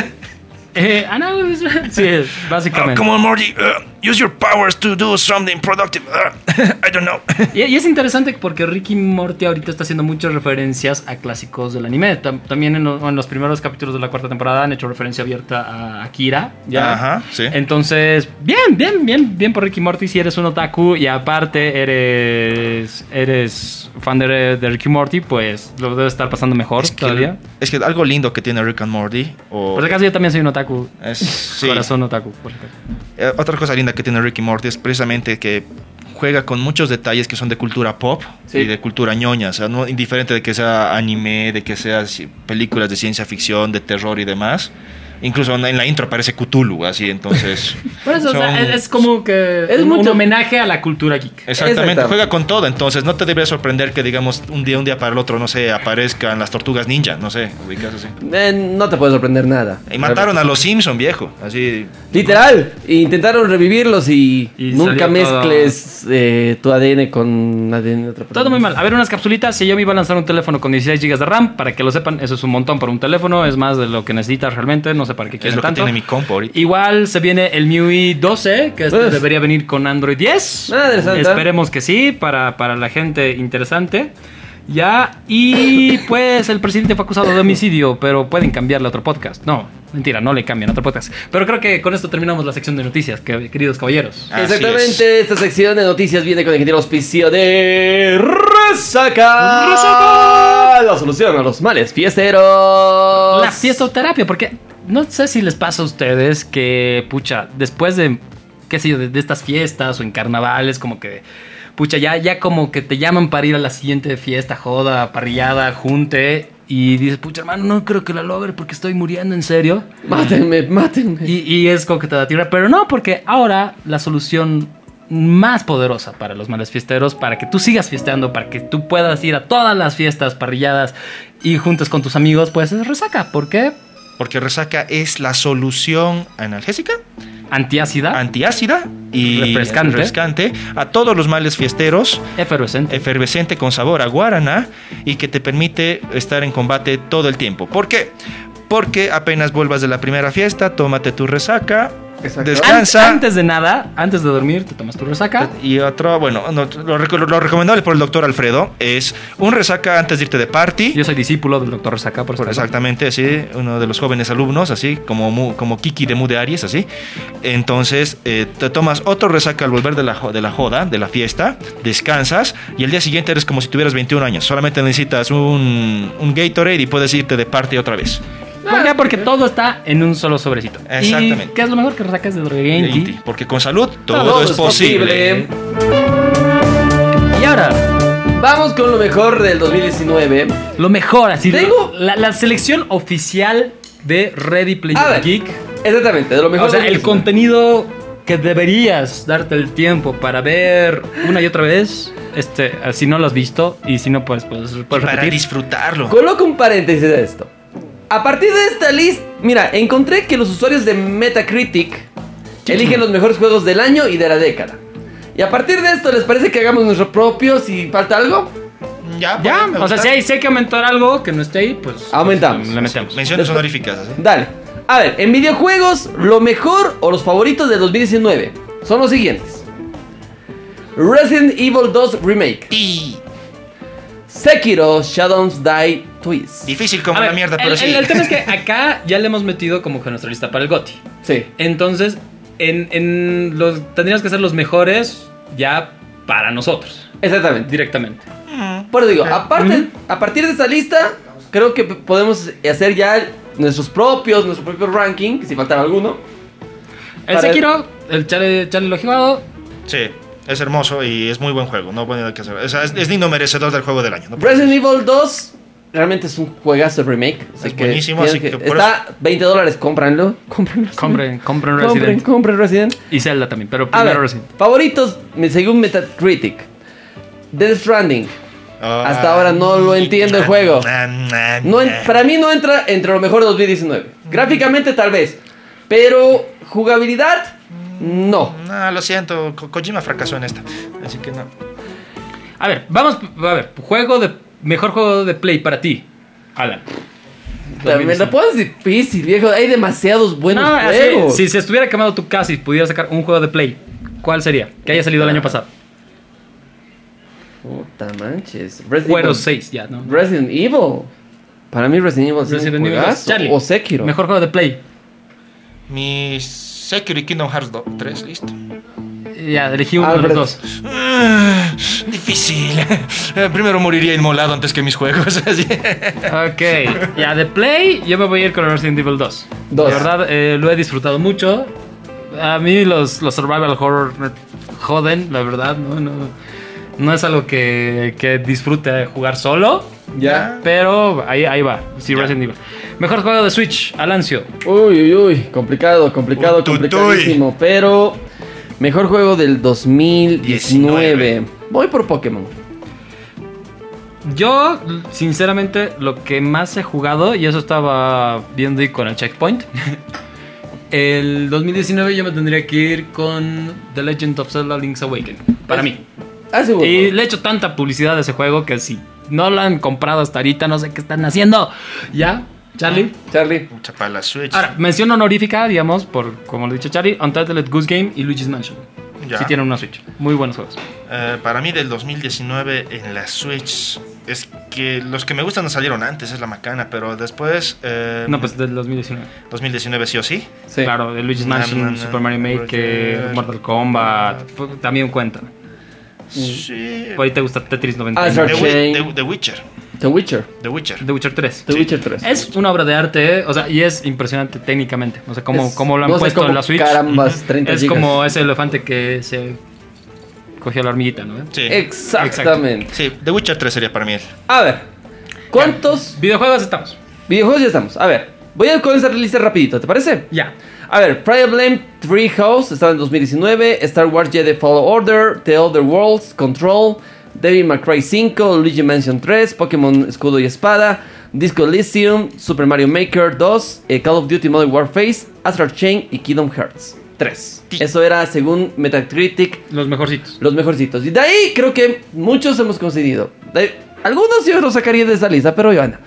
S3: Eh, ah, no, es- sí,
S1: Oh,
S3: básicamente.
S1: come on, Morty. uh, use your powers to do something productive. Uh, I don't know.
S3: Y, y es interesante porque Ricky Morty ahorita está haciendo muchas referencias a clásicos del anime. Tam- también en, lo- en los primeros capítulos de la cuarta temporada han hecho referencia abierta a Akira. [LAUGHS] ¿ya?
S1: Ajá, sí.
S3: Entonces, bien, bien, bien, bien por Ricky Morty si eres un otaku y aparte eres eres fan de, de Ricky Morty, pues lo debe estar pasando mejor
S1: Es que-
S3: todavía.
S1: es que algo lindo que tiene Rick and Morty. O
S3: Por si acaso yo también soy un otaku.
S1: es- sí.
S3: Corazón otaku, por si acaso.
S1: Eh, otra cosa linda que tiene Rick y Morty es precisamente que juega con muchos detalles que son de cultura pop
S2: Sí.
S1: y de cultura ñoña, o sea, no indiferente de que sea anime, de que sea ci- películas de ciencia ficción, de terror y demás. Incluso en la- en la intro aparece Cthulhu, así entonces.
S3: [LAUGHS] Por eso, o sea,
S1: son-
S3: es, es como que
S2: Es
S3: un,
S2: mucho-
S3: un homenaje a la cultura geek.
S1: Exactamente,
S2: Exactamente.
S1: juega con todo, entonces no te debería sorprender que digamos un día un día para el otro no sé, aparezcan las tortugas ninja, no sé, ubicas así.
S2: Eh, no te puede sorprender nada.
S1: Y mataron a los Simpson, viejo, así
S2: Literal, intentaron revivirlos y,
S3: Y
S2: nunca
S3: salió todo-
S2: mezcles eh, tu ADN con ADN de otra persona.
S3: Todo muy mal. A ver, unas capsulitas. Si yo me iba a lanzar un teléfono con 16 GB de RAM, para que lo sepan, eso es un montón para un teléfono. Es más de lo que necesitas realmente. No sé para qué
S1: es
S3: quieren
S1: lo que
S3: tanto.
S1: tiene mi compo ahorita.
S3: Igual se viene el MIUI 12, que este
S2: Uf.
S3: debería venir con Android 10.
S2: Madre santa.
S3: Esperemos que sí, para, para la gente interesante. Ya, y pues el presidente fue acusado de homicidio, pero pueden cambiarle a otro podcast. No, mentira, no le cambian a otro podcast. Pero creo que con esto terminamos la sección de noticias, que- queridos caballeros.
S1: Así
S2: Exactamente, esta sección de noticias viene con el gentil auspicio de Resaca.
S3: Resaca.
S2: La solución a los males fiesteros.
S3: La fiestoterapia, porque no sé si les pasa a ustedes que, pucha, después de, qué sé yo, de, de estas fiestas o en carnavales, como que, pucha, ya, ya como que te llaman para ir a la siguiente fiesta, joda, parrillada, junte, y dices, pucha, hermano, no creo que la logre porque estoy muriendo, en serio.
S2: Mátenme, mátenme.
S3: Y, y es como que te da tierra, pero no, porque ahora la solución más poderosa para los males fiesteros, para que tú sigas fiesteando, para que tú puedas ir a todas las fiestas parrilladas y juntas con tus amigos, pues es resaca. ¿Por qué?
S1: Porque resaca es la solución analgésica,
S3: Antiácida,
S1: antiácida y
S3: Ah. Refrescante.
S1: refrescante a todos los males fiesteros,
S3: efervescente.
S1: efervescente con sabor a guaraná y que te permite estar en combate todo el tiempo. ¿Por qué? Porque apenas vuelvas de la primera fiesta, tómate tu resaca,
S2: Exacto.
S3: An-
S1: descansa.
S3: antes de nada, antes de dormir, te tomas tu resaca.
S1: Y otro, bueno, no, lo, reco- lo recomendable por el doctor Alfredo es un resaca antes de irte de party.
S3: Yo soy discípulo del doctor Resaca, por
S1: Por-
S3: cierto.
S1: Exactamente, así, uno de los jóvenes alumnos, así, como, Mu- como Kiki de Mu de Aries, así. Entonces, eh, te tomas otro resaca al volver de la, jo- de la joda, de la fiesta, descansas y el día siguiente eres como si tuvieras 21 años. Solamente necesitas un, un Gatorade y puedes irte de parte otra vez.
S3: ¿Por qué? Porque todo está en un solo sobrecito.
S1: Exactamente.
S3: ¿Y qué es lo mejor que resaca es de
S1: Inti,
S3: Droguenti?
S1: Porque con salud todo, es posible.
S3: Y ahora,
S2: Vamos con lo mejor del 2019.
S3: lo mejor, así.
S2: Tengo-
S3: La, la selección oficial de Ready
S2: A ver,
S3: Player Geek.
S2: Exactamente, de lo mejor
S3: O sea,
S2: del
S3: el
S2: 2019.
S3: contenido que deberías darte el tiempo para ver una y otra vez. Este, si no lo has visto y si no, pues, pues puedes
S1: Para
S3: repetir.
S1: disfrutarlo.
S2: Coloco un paréntesis de esto. A partir de esta lista, mira, encontré que los usuarios de Metacritic eligen los mejores juegos del año y de la década. Y a partir de esto, ¿les parece que hagamos nuestro propio si falta algo?
S1: Ya, pues,
S3: Ya,
S1: me
S3: o sea,
S1: gusta.
S3: si hay, si hay que aumentar algo que no esté ahí, pues.
S2: Aumentamos.
S3: pues, le metemos.
S1: Menciones honoríficas, así.
S2: Dale. A ver, en videojuegos, lo mejor o los favoritos de 2019 son los siguientes. Resident Evil 2 Remake.
S1: Y
S2: Sekiro Shadows Die Twist.
S1: difícil como
S3: A
S1: la
S3: ver,
S1: mierda,
S3: el,
S1: pero
S3: el-
S1: sí.
S3: el tema es que acá ya le hemos metido como que nuestra lista para el GOTI.
S2: Sí.
S3: Entonces, en, en los, tendríamos que ser los mejores ya para nosotros,
S2: Exactamente.
S3: directamente.
S2: Por eso digo, aparte, a partir de esta lista, creo que p- podemos hacer ya nuestros propios, nuestro propio ranking, si faltara alguno.
S3: El
S2: Para-
S3: Sekiro, el Chale, Chale lo he jugado.
S1: Sí, es hermoso y es muy buen juego. No puede haber que hacer. O sea, es, es digno merecedor del juego del año. ¿no?
S2: Resident Evil 2 realmente es un juegazo de remake. así
S1: Es
S2: que
S1: buenísimo,
S2: tienen
S1: así que por
S2: está 20 dólares, cómpranlo.
S1: [LAUGHS]
S2: Cómprenlo.
S3: Compren, compren
S2: Compren,
S3: Resident.
S2: compren Resident.
S3: Y Zelda también, pero
S2: A
S3: primero
S2: ver,
S3: Resident.
S2: favoritos me- según Metacritic. Death Stranding.
S1: Ah,
S2: Hasta ahora no lo entiendo el juego.
S1: na, na,
S2: No en-
S1: na.
S2: para mí no entra entre lo mejor de 2019. Gráficamente tal vez, pero jugabilidad no.
S1: No, lo siento. Ko- Kojima fracasó en esta. Así que no.
S3: A ver, vamos, a ver, juego de, mejor juego de play para ti, Alan.
S2: También la pones difícil, viejo. Hay demasiados buenos
S3: No, así,
S2: juegos.
S3: si se estuviera quemado tu casa y pudiera sacar un juego de play, ¿cuál sería? Que haya salido el año pasado.
S2: Puta manches. Resident
S3: Bueno,
S2: Evil.
S3: 6 ya, ¿no?
S2: pues, Resident Evil. Para mí Resident Evil es
S3: Resident
S2: un
S3: Evil
S2: juegazo.
S3: 2. Charlie,
S2: o Sekiro.
S3: Mejor juego de play.
S1: Mi Sekiro y Kingdom Hearts 2, 3, listo.
S3: Ya, elegí uno de
S2: Alfred.
S3: los dos.
S1: Ah, difícil. [LAUGHS] Eh, Primero moriría inmolado antes que mis juegos. [LAUGHS] así.
S3: Ok, ya de play, yo me voy a ir con Resident Evil 2.
S2: Dos.
S3: De verdad, eh, lo he disfrutado mucho. A mí los, los survival horror me joden, la verdad, no, no, no es algo que, que disfrute jugar solo.
S2: Ya.
S3: Pero ahí, ahí va, sí,
S1: Ya.
S3: Resident Evil. Mejor juego de Switch, Alancio.
S2: Uy, uy, uy. Complicado, complicado,
S1: Uy, tuy, tuy.
S2: complicadísimo. Pero mejor juego del 2019.
S1: 19.
S2: Voy por Pokémon.
S3: Yo, sinceramente, lo que más he jugado, y eso estaba viendo y con el checkpoint. [LAUGHS] El 2019 yo me tendría que ir con The Legend of Zelda Link's Awakening. Para mí.
S2: Ah, sí, bueno.
S3: Y le he hecho tanta publicidad a ese juego que si no lo han comprado hasta ahorita, no sé qué están haciendo. ¿Ya? Charlie.
S2: Ah. Charlie.
S1: Mucha para la Switch.
S3: Ahora, mención honorífica, digamos, por como lo he dicho Charlie, Untitled Goose Game y Luigi's Mansion.
S1: Ya.
S3: Si tienen una Switch. Muy buenos juegos.
S1: Eh, para mí del 2019 en la Switch. Es que los que me gustan no salieron antes, es la macana, pero después. eh,
S3: No, pues del 2019.
S1: 2019 sí o sí.
S2: Sí.
S3: Claro, de Luigi's
S1: Na,
S3: Mansion,
S1: na, na,
S3: Super Mario Maker,
S1: Maker,
S3: Mortal Kombat, pu- también cuenta.
S2: Mm.
S1: Sí.
S2: Pues,
S3: Por ahí te gusta Tetris
S2: Ah,
S1: The,
S3: 99.
S2: sorry.
S1: Wi- The- The Witcher.
S2: The Witcher.
S1: The Witcher.
S3: The Witcher 3.
S2: The Witcher 3.
S3: Es una obra de arte, eh, o sea, y es impresionante técnicamente. O sea, cómo,
S2: Es-
S3: cómo lo han
S2: no sé
S3: puesto
S2: cómo
S3: en la Switch.
S2: Carambas, 30
S3: es
S2: gigas.
S3: como ese elefante que se cogió la hormiguita, ¿no?
S1: Sí.
S2: Exactamente.
S1: Sí, The Witcher 3 sería para mí el.
S2: A ver, ¿cuántos
S3: Videojuegos estamos.
S2: videojuegos ya estamos? A ver, voy a comenzar la lista rapidito, ¿te parece?
S3: Ya.
S2: A ver, Fire Emblem Three House estaba en 2019, Star Wars Jedi Fallen Order, The Other Worlds, Control, Devil May Cry 5, Luigi Mansion 3, Pokémon Escudo y Espada, Disco Elysium, Super Mario Maker 2, eh, Call of Duty Modern Warfare, Astral Chain y Kingdom Hearts 3.
S1: Ti-
S2: Eso era según Metacritic
S3: Los mejorcitos.
S2: los mejorcitos. Y de ahí creo que muchos hemos conseguido. De ahí- algunos yo los sacaría de esa lista, pero Ivana,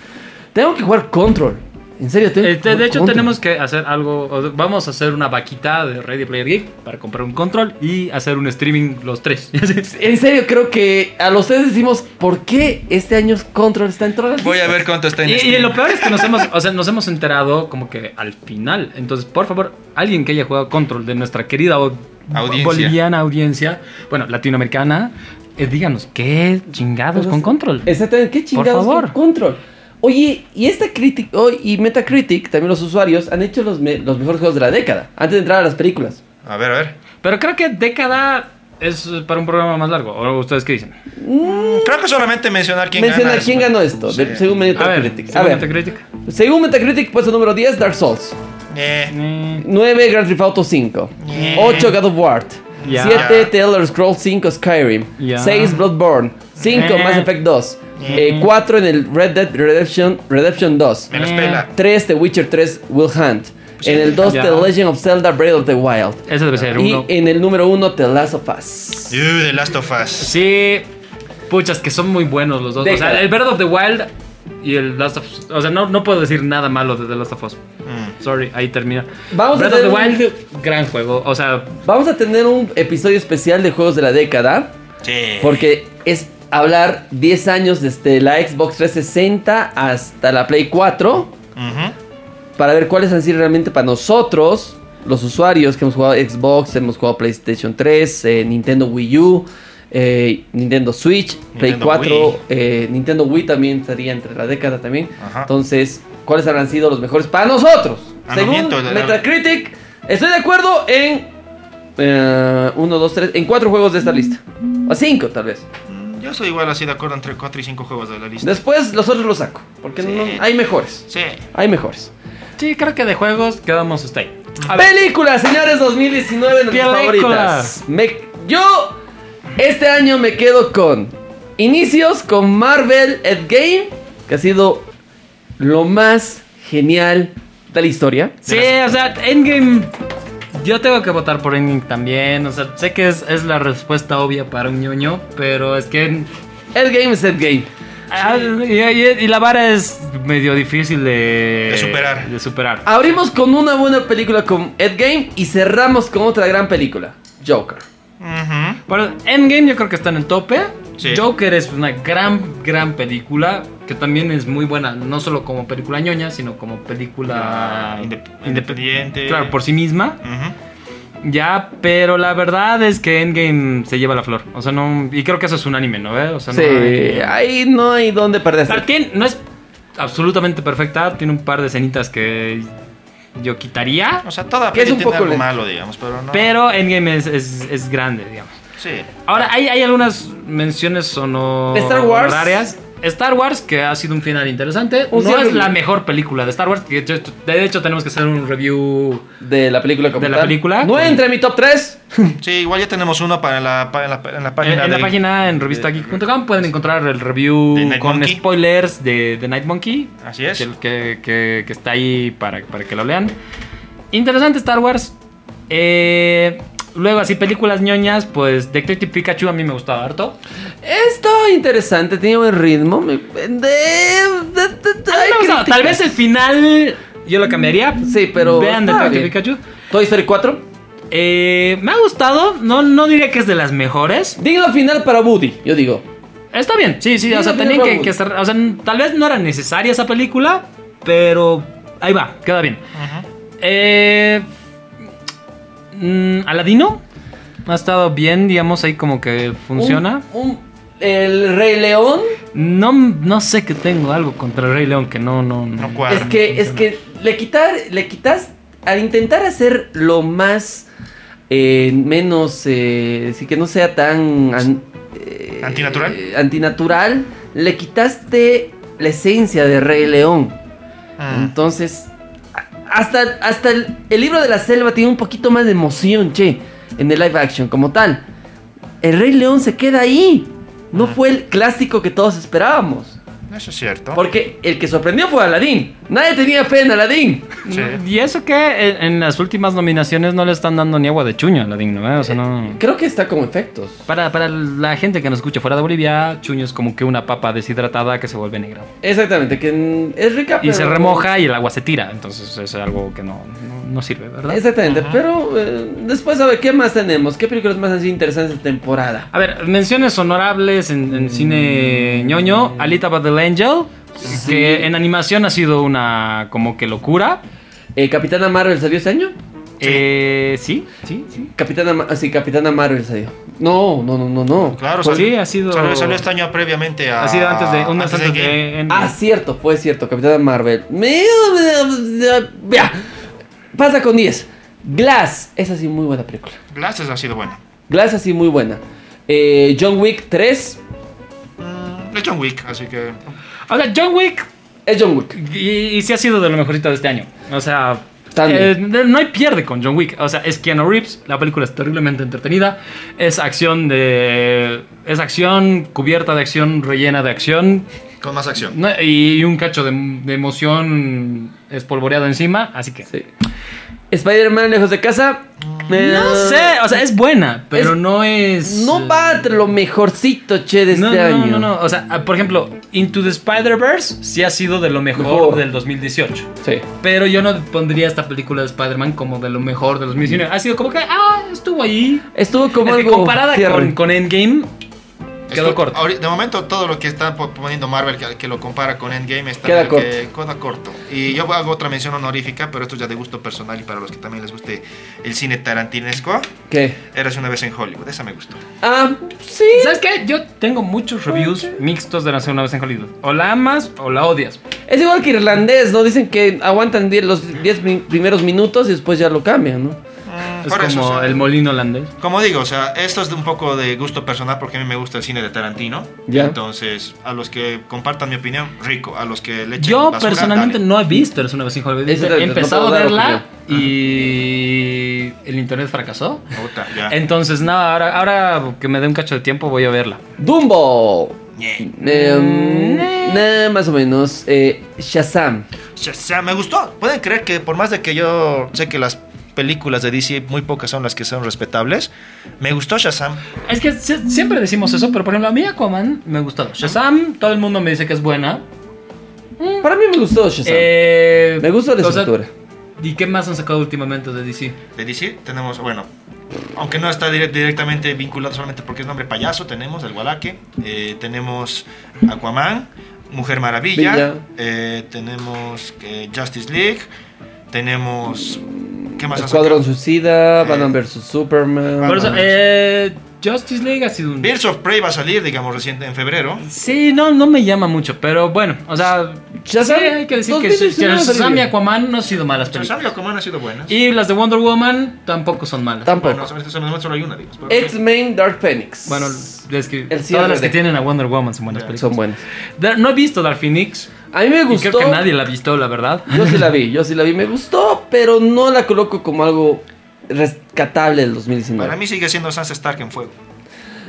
S2: tengo que jugar Control. En serio, tengo que
S3: Eh, te- de
S2: jugar
S3: hecho,
S2: Control.
S3: tenemos que hacer algo. o- Vamos a hacer una vaquita de Ready Player Geek para comprar un control y hacer un streaming los tres. [LAUGHS]
S2: En serio, creo que a los tres decimos por qué este año Control está en todas las
S1: Voy a
S2: listas?
S1: ver cuánto está en
S3: Y, y
S1: Steam.
S3: lo peor es que nos hemos, o sea, nos hemos enterado como que al final. Entonces, por favor, alguien que haya jugado Control de nuestra querida au-
S1: Audiencia.
S3: boliviana audiencia, bueno, latinoamericana, eh, díganos, ¿qué chingados Pues
S2: Pues
S3: con Control?
S2: Exactamente, qué chingados
S3: favor.
S2: con Control. Oye, y esta Critic oh, y Metacritic, también los usuarios, han hecho los, me- los mejores juegos de la década, antes de entrar a las películas.
S1: A ver, a ver.
S3: Pero creo que década es eh, para un programa más largo. ¿O ustedes qué dicen?
S1: Creo que solamente mencionar quién
S2: Menciona
S1: gana. es-
S2: quién ganó esto, de-
S1: Sí.
S2: según
S3: A ver,
S2: Metacritic.
S3: según Metacritic.
S2: Según Metacritic, puesto número 10, Dark Souls.
S1: Eh,
S3: Eh,
S2: 9, Grand Theft Auto 5.
S1: Yeah.
S2: 8, God of War.
S3: Yeah.
S2: 7, The Elder Scrolls 5, Skyrim.
S3: Yeah.
S2: 6, Bloodborne. 5,
S3: Eh.
S2: Mass Effect 2.
S1: Eh.
S2: 4, en el Red Dead Redemption, Redemption 2.
S1: me las pela.
S2: 3, The Witcher 3, Will Hunt. En el 2,
S3: Ya.
S2: The Legend of Zelda, Breath of the Wild.
S3: ese debe ser
S2: Y
S3: uno.
S2: en el número 1, The Last of Us.
S1: You, The Last of Us.
S3: Sí, puchas, que son muy buenos los dos. O
S2: Déjala.
S3: sea, el Breath of the Wild y el Last of Us. O sea, no, no puedo decir nada malo de The Last of Us.
S1: Mm.
S3: Sorry, ahí termina.
S2: Vamos a
S3: Breath of the
S2: tener
S3: Wild, gran juego. O sea,
S2: Vamos a tener un episodio especial de juegos de la década.
S1: Sí.
S2: Porque es hablar 10 años desde la Xbox 360 hasta la Play 4
S1: Ujú.
S2: para ver cuáles han sido realmente para nosotros, los usuarios que hemos jugado Xbox, hemos jugado PlayStation 3, eh, Nintendo Wii U, eh, Nintendo Switch, Play
S1: Nintendo
S2: 4,
S1: Wii.
S2: eh, Nintendo Wii también estaría entre la década también.
S1: Ajá.
S2: Entonces, ¿cuáles habrán sido los mejores para nosotros?
S1: Ah, no
S2: Según
S1: miento, la- la-
S2: Metacritic, estoy de acuerdo en eh, 1, 2, 3, en 4 juegos de esta lista. O 5 tal vez.
S1: Mm, Yo soy igual así de acuerdo entre 4 y 5 juegos de la lista.
S2: Después los otros los saco, porque
S1: Sí.
S2: no, hay mejores.
S1: Sí.
S2: Hay mejores.
S3: sí, creo que de juegos quedamos hasta ahí. A ver,
S2: Películas, señores, 2019, nuestras
S3: Películas.
S2: favoritas. Me- yo este año me quedo con inicios con Marvel Endgame, que ha sido lo más genial de la historia.
S3: sí, o sea, Endgame. Yo tengo que votar por Endgame también. O sea, sé que es, es la respuesta obvia para un ñoño, pero es que.
S2: Endgame es Endgame.
S3: ah, y, y- y la vara es medio difícil de.
S1: De superar.
S3: De superar.
S2: Abrimos con una buena película con Endgame y cerramos con otra gran película, Joker.
S1: Ujú.
S3: Bueno, Endgame yo creo que está en el tope.
S1: Sí.
S3: Joker es una gran, gran película que también es muy buena, no solo como película ñoña, sino como película
S1: Ah, indep-
S3: indep-
S1: independiente.
S3: Claro, por sí misma.
S1: Ujú.
S3: Ya, pero la verdad es que Endgame se lleva la flor. O sea, no. Y creo que eso es un anime, ¿no? ¿Eh? O sea, no
S2: Sí,
S3: hay-
S2: ahí no hay donde perderse.
S3: Claro, tiene- no es absolutamente perfecta, tiene un par de escenitas que yo quitaría.
S1: O sea, toda
S2: Que es
S1: peli
S2: un
S1: tiene
S2: poco
S1: algo
S2: lento.
S1: malo, digamos, pero no.
S3: Pero Endgame es, es- es grande, digamos.
S1: Sí.
S3: Ahora, hay, hay algunas menciones o no.
S2: De Star Wars.
S3: honorarias. Star Wars, que ha sido un final interesante.
S2: Un
S3: no
S2: cierre.
S3: es la mejor película de Star Wars. que De hecho, de hecho, tenemos que hacer un review.
S2: De la película como
S3: De la
S2: tal.
S3: película.
S2: No entra en mi top 3.
S1: Sí, igual ya tenemos uno para la, pa- en la, en la página.
S3: en, en la
S1: del-
S3: página, en revistageek.com, pueden encontrar el review
S1: De Night
S3: con
S1: Monkey.
S3: spoilers de The Night Monkey.
S1: Así es.
S3: Que, que- que- que está ahí para, para que lo lean. Interesante Star Wars. Eh, luego, así, películas ñoñas. Pues Detective Pikachu a mí me gustaba harto.
S2: Estaba interesante, tenía buen ritmo. me- de- de- de-
S3: A mí
S2: hay
S3: me gustaba. Tal
S2: críticas.
S3: vez el final yo lo cambiaría.
S2: Sí, pero
S3: Vean
S2: está
S3: Detective
S2: bien.
S3: Pikachu.
S2: Toy Story 4.
S3: Eh, me ha gustado. No, no diría que es de las mejores.
S2: Digno final para Woody, yo digo.
S3: Está bien, sí, sí,
S2: Sí,
S3: o sea,
S2: no
S3: tenían
S2: tiene
S3: que,
S2: huevos.
S3: que cerrar- o sea, n- tal vez no era necesaria esa película, pero ahí va, queda bien. Eh, mm, Aladino ha estado bien, digamos, ahí como que funciona.
S2: Un- un- el Rey León
S3: No, no sé que tengo algo contra el Rey León que no, no,
S1: No cuadra.
S2: es que es que le quitar le quitas al intentar hacer lo más eh, menos eh, sí que no sea tan an- eh,
S1: ¿Antinatural?
S2: eh, antinatural le quitaste la esencia de Rey León.
S1: Mm,
S2: Entonces, a- hasta, hasta el, el libro de la selva tiene un poquito más de emoción, che, en el live action como tal. El Rey León se queda ahí. No fue el clásico que todos esperábamos.
S1: Eso es cierto.
S2: Porque el que sorprendió fue Aladdin. Nadie tenía fe en Aladdin.
S1: Sí.
S3: Y eso que eh, en, en las últimas nominaciones no le están dando ni agua de chuño a Aladino, ¿eh? O sea, no...
S2: Creo que está con efectos.
S3: Para, para la gente que nos escucha fuera de Bolivia, chuño es como que una papa deshidratada que se vuelve negra.
S2: Exactamente, que mm, es rica.
S3: Y
S2: pero-
S3: se remoja y el agua se tira. Entonces es algo que no, no, no sirve, ¿verdad?
S2: Exactamente, pero eh, después a ver qué más tenemos, qué películas más así interesantes de temporada.
S3: A ver, menciones honorables en, en
S2: Mm.
S3: cine ñoño. Alita Battle Angel. Que en animación ha sido una como que locura.
S2: Eh, Capitana Marvel salió este año.
S3: Eh, Sí, sí, sí.
S2: Capitana, Ma- ah, sí, Capitana Marvel salió. No, no, no, no, no.
S1: Claro,
S3: Pues
S1: salió-
S3: sí, ha sido-
S1: Salió, salió este año previamente a.
S3: Ha sido antes de. Un mes antes
S1: Endgame.
S3: de. en-
S2: Ah, cierto, fue cierto, Capitana Marvel. Me- eh, Vea, pasa con 10. Glass, esa sí muy buena película.
S1: Glasses ha sido bueno.
S2: Glass así muy buena. Eh, John Wick 3
S1: Mm, Es John Wick, así que.
S3: O sea, John Wick.
S2: es John Wick.
S3: Y, y sí ha sido de lo mejorcito de este año. O sea.
S2: También.
S3: eh, no hay pierde con John Wick. O sea, es Keanu Reeves. La película es terriblemente entretenida. Es acción de. Es acción cubierta de acción, rellena de acción.
S1: Con más acción.
S3: No, y un cacho de, de emoción espolvoreado encima, así que...
S2: Sí. Spider-Man lejos de casa.
S3: No
S2: Eh,
S3: sé, o sea, es buena, pero no es...
S2: No va entre lo mejorcito, che, de
S3: No,
S2: este
S3: no,
S2: año.
S3: no, no, o sea, ah, por ejemplo, Into the Spider-Verse sí ha sido de lo mejor,
S2: Mejor.
S3: del 2018.
S2: Sí.
S3: Pero yo no pondría esta película de Spider-Man como de lo mejor del 2019. Ha sido como que, ah, estuvo ahí.
S2: Estuvo como
S3: Mm. Es que
S2: algo
S3: comparada
S2: cierre.
S3: con, con Endgame, quedó
S1: Esto-
S3: corto.
S1: ahorita- de momento, todo lo que está po- poniendo Marvel que, que lo compara con Endgame está
S2: Queda
S1: como que queda corto. Y yo hago otra mención honorífica, pero esto ya de gusto personal y para los que también les guste el cine tarantinesco.
S2: ¿Qué?
S1: Eras una vez en Hollywood, esa me gustó.
S2: Ah, sí.
S3: ¿Sabes qué? Yo tengo muchos reviews mixtos de la segunda vez en Hollywood. O la amas o la odias.
S2: Es igual que irlandés, ¿no? Dicen que aguantan die- los 10 mi- primeros minutos y después ya lo cambian, ¿no?
S1: Mm,
S3: Es
S1: por eso,
S3: como
S1: o sea,
S3: el molino holandés.
S1: Como digo, o sea, esto es de un poco de gusto personal porque a mí me gusta el cine de Tarantino.
S2: Ya.
S1: Entonces, a los que compartan mi opinión, rico. A los que le echen
S3: Yo
S1: basura,
S3: personalmente
S1: dale.
S3: no he visto Eres una vez en Hollywood.
S2: Eso
S3: He
S2: te-
S3: empezado
S2: no
S3: a
S2: puedo dar
S3: verla y el internet fracasó.
S1: Puta, ya.
S3: Entonces, nada, ahora, ahora que me dé un cacho de tiempo voy a verla.
S2: Dumbo.
S1: Yeah.
S2: Eh,
S3: Mm,
S2: mm, nah, más o menos. Eh, Shazam.
S1: Shazam, me gustó. Pueden creer que por más de que yo sé que las películas de DC muy pocas son las que son respetables, me gustó Shazam.
S3: Es que se- siempre decimos eso, pero por ejemplo, a mí Aquaman me ha gustado. Shazam, todo el mundo me dice que es buena.
S2: Para mí me gustó Shazam.
S3: Eh,
S2: me gustó la
S3: o sea,
S2: estructura.
S3: ¿Y qué más han sacado últimamente de DC?
S1: De DC tenemos, bueno, aunque no está dire- directamente vinculado solamente porque es nombre payaso, tenemos el Gualaque, eh, tenemos Aquaman, Mujer Maravilla,
S2: Villa.
S1: eh, tenemos eh, Justice League, tenemos... ¿Qué más? ha
S2: Escuadrón
S1: sacado?
S2: Suicida,
S1: Eh,
S2: Batman vs Superman.
S1: Batman.
S3: Por eso, eh, Justice League ha sido un...
S1: Birds of Prey va a salir, digamos, recién en febrero.
S3: Sí, no, no me llama mucho, pero bueno, o sea,
S2: Shazam,
S3: sí, hay que decir que
S2: 2019
S3: Shazam y
S2: salió.
S3: Aquaman no han sido malas películas.
S1: Shazam y Aquaman han sido buenas.
S3: Y las de Wonder Woman tampoco son malas.
S1: Bueno,
S2: Tampoco.
S1: sobre- sobre- sobre- solo hay una, digamos. pero-
S2: X-Men Dark Phoenix.
S3: bueno, las que-
S2: El cierre
S3: todas las que
S2: de-
S3: tienen a Wonder Woman son buenas
S1: Ya.
S3: películas.
S2: son buenas.
S3: Da- No he visto Dark Phoenix.
S2: A mí me
S3: Y
S2: gustó.
S3: creo que nadie la ha visto, la verdad.
S2: Yo sí la vi, yo sí la vi. Me gustó, pero no la coloco como algo rescatable del 2019.
S1: Para mí sigue siendo Sansa Stark en fuego.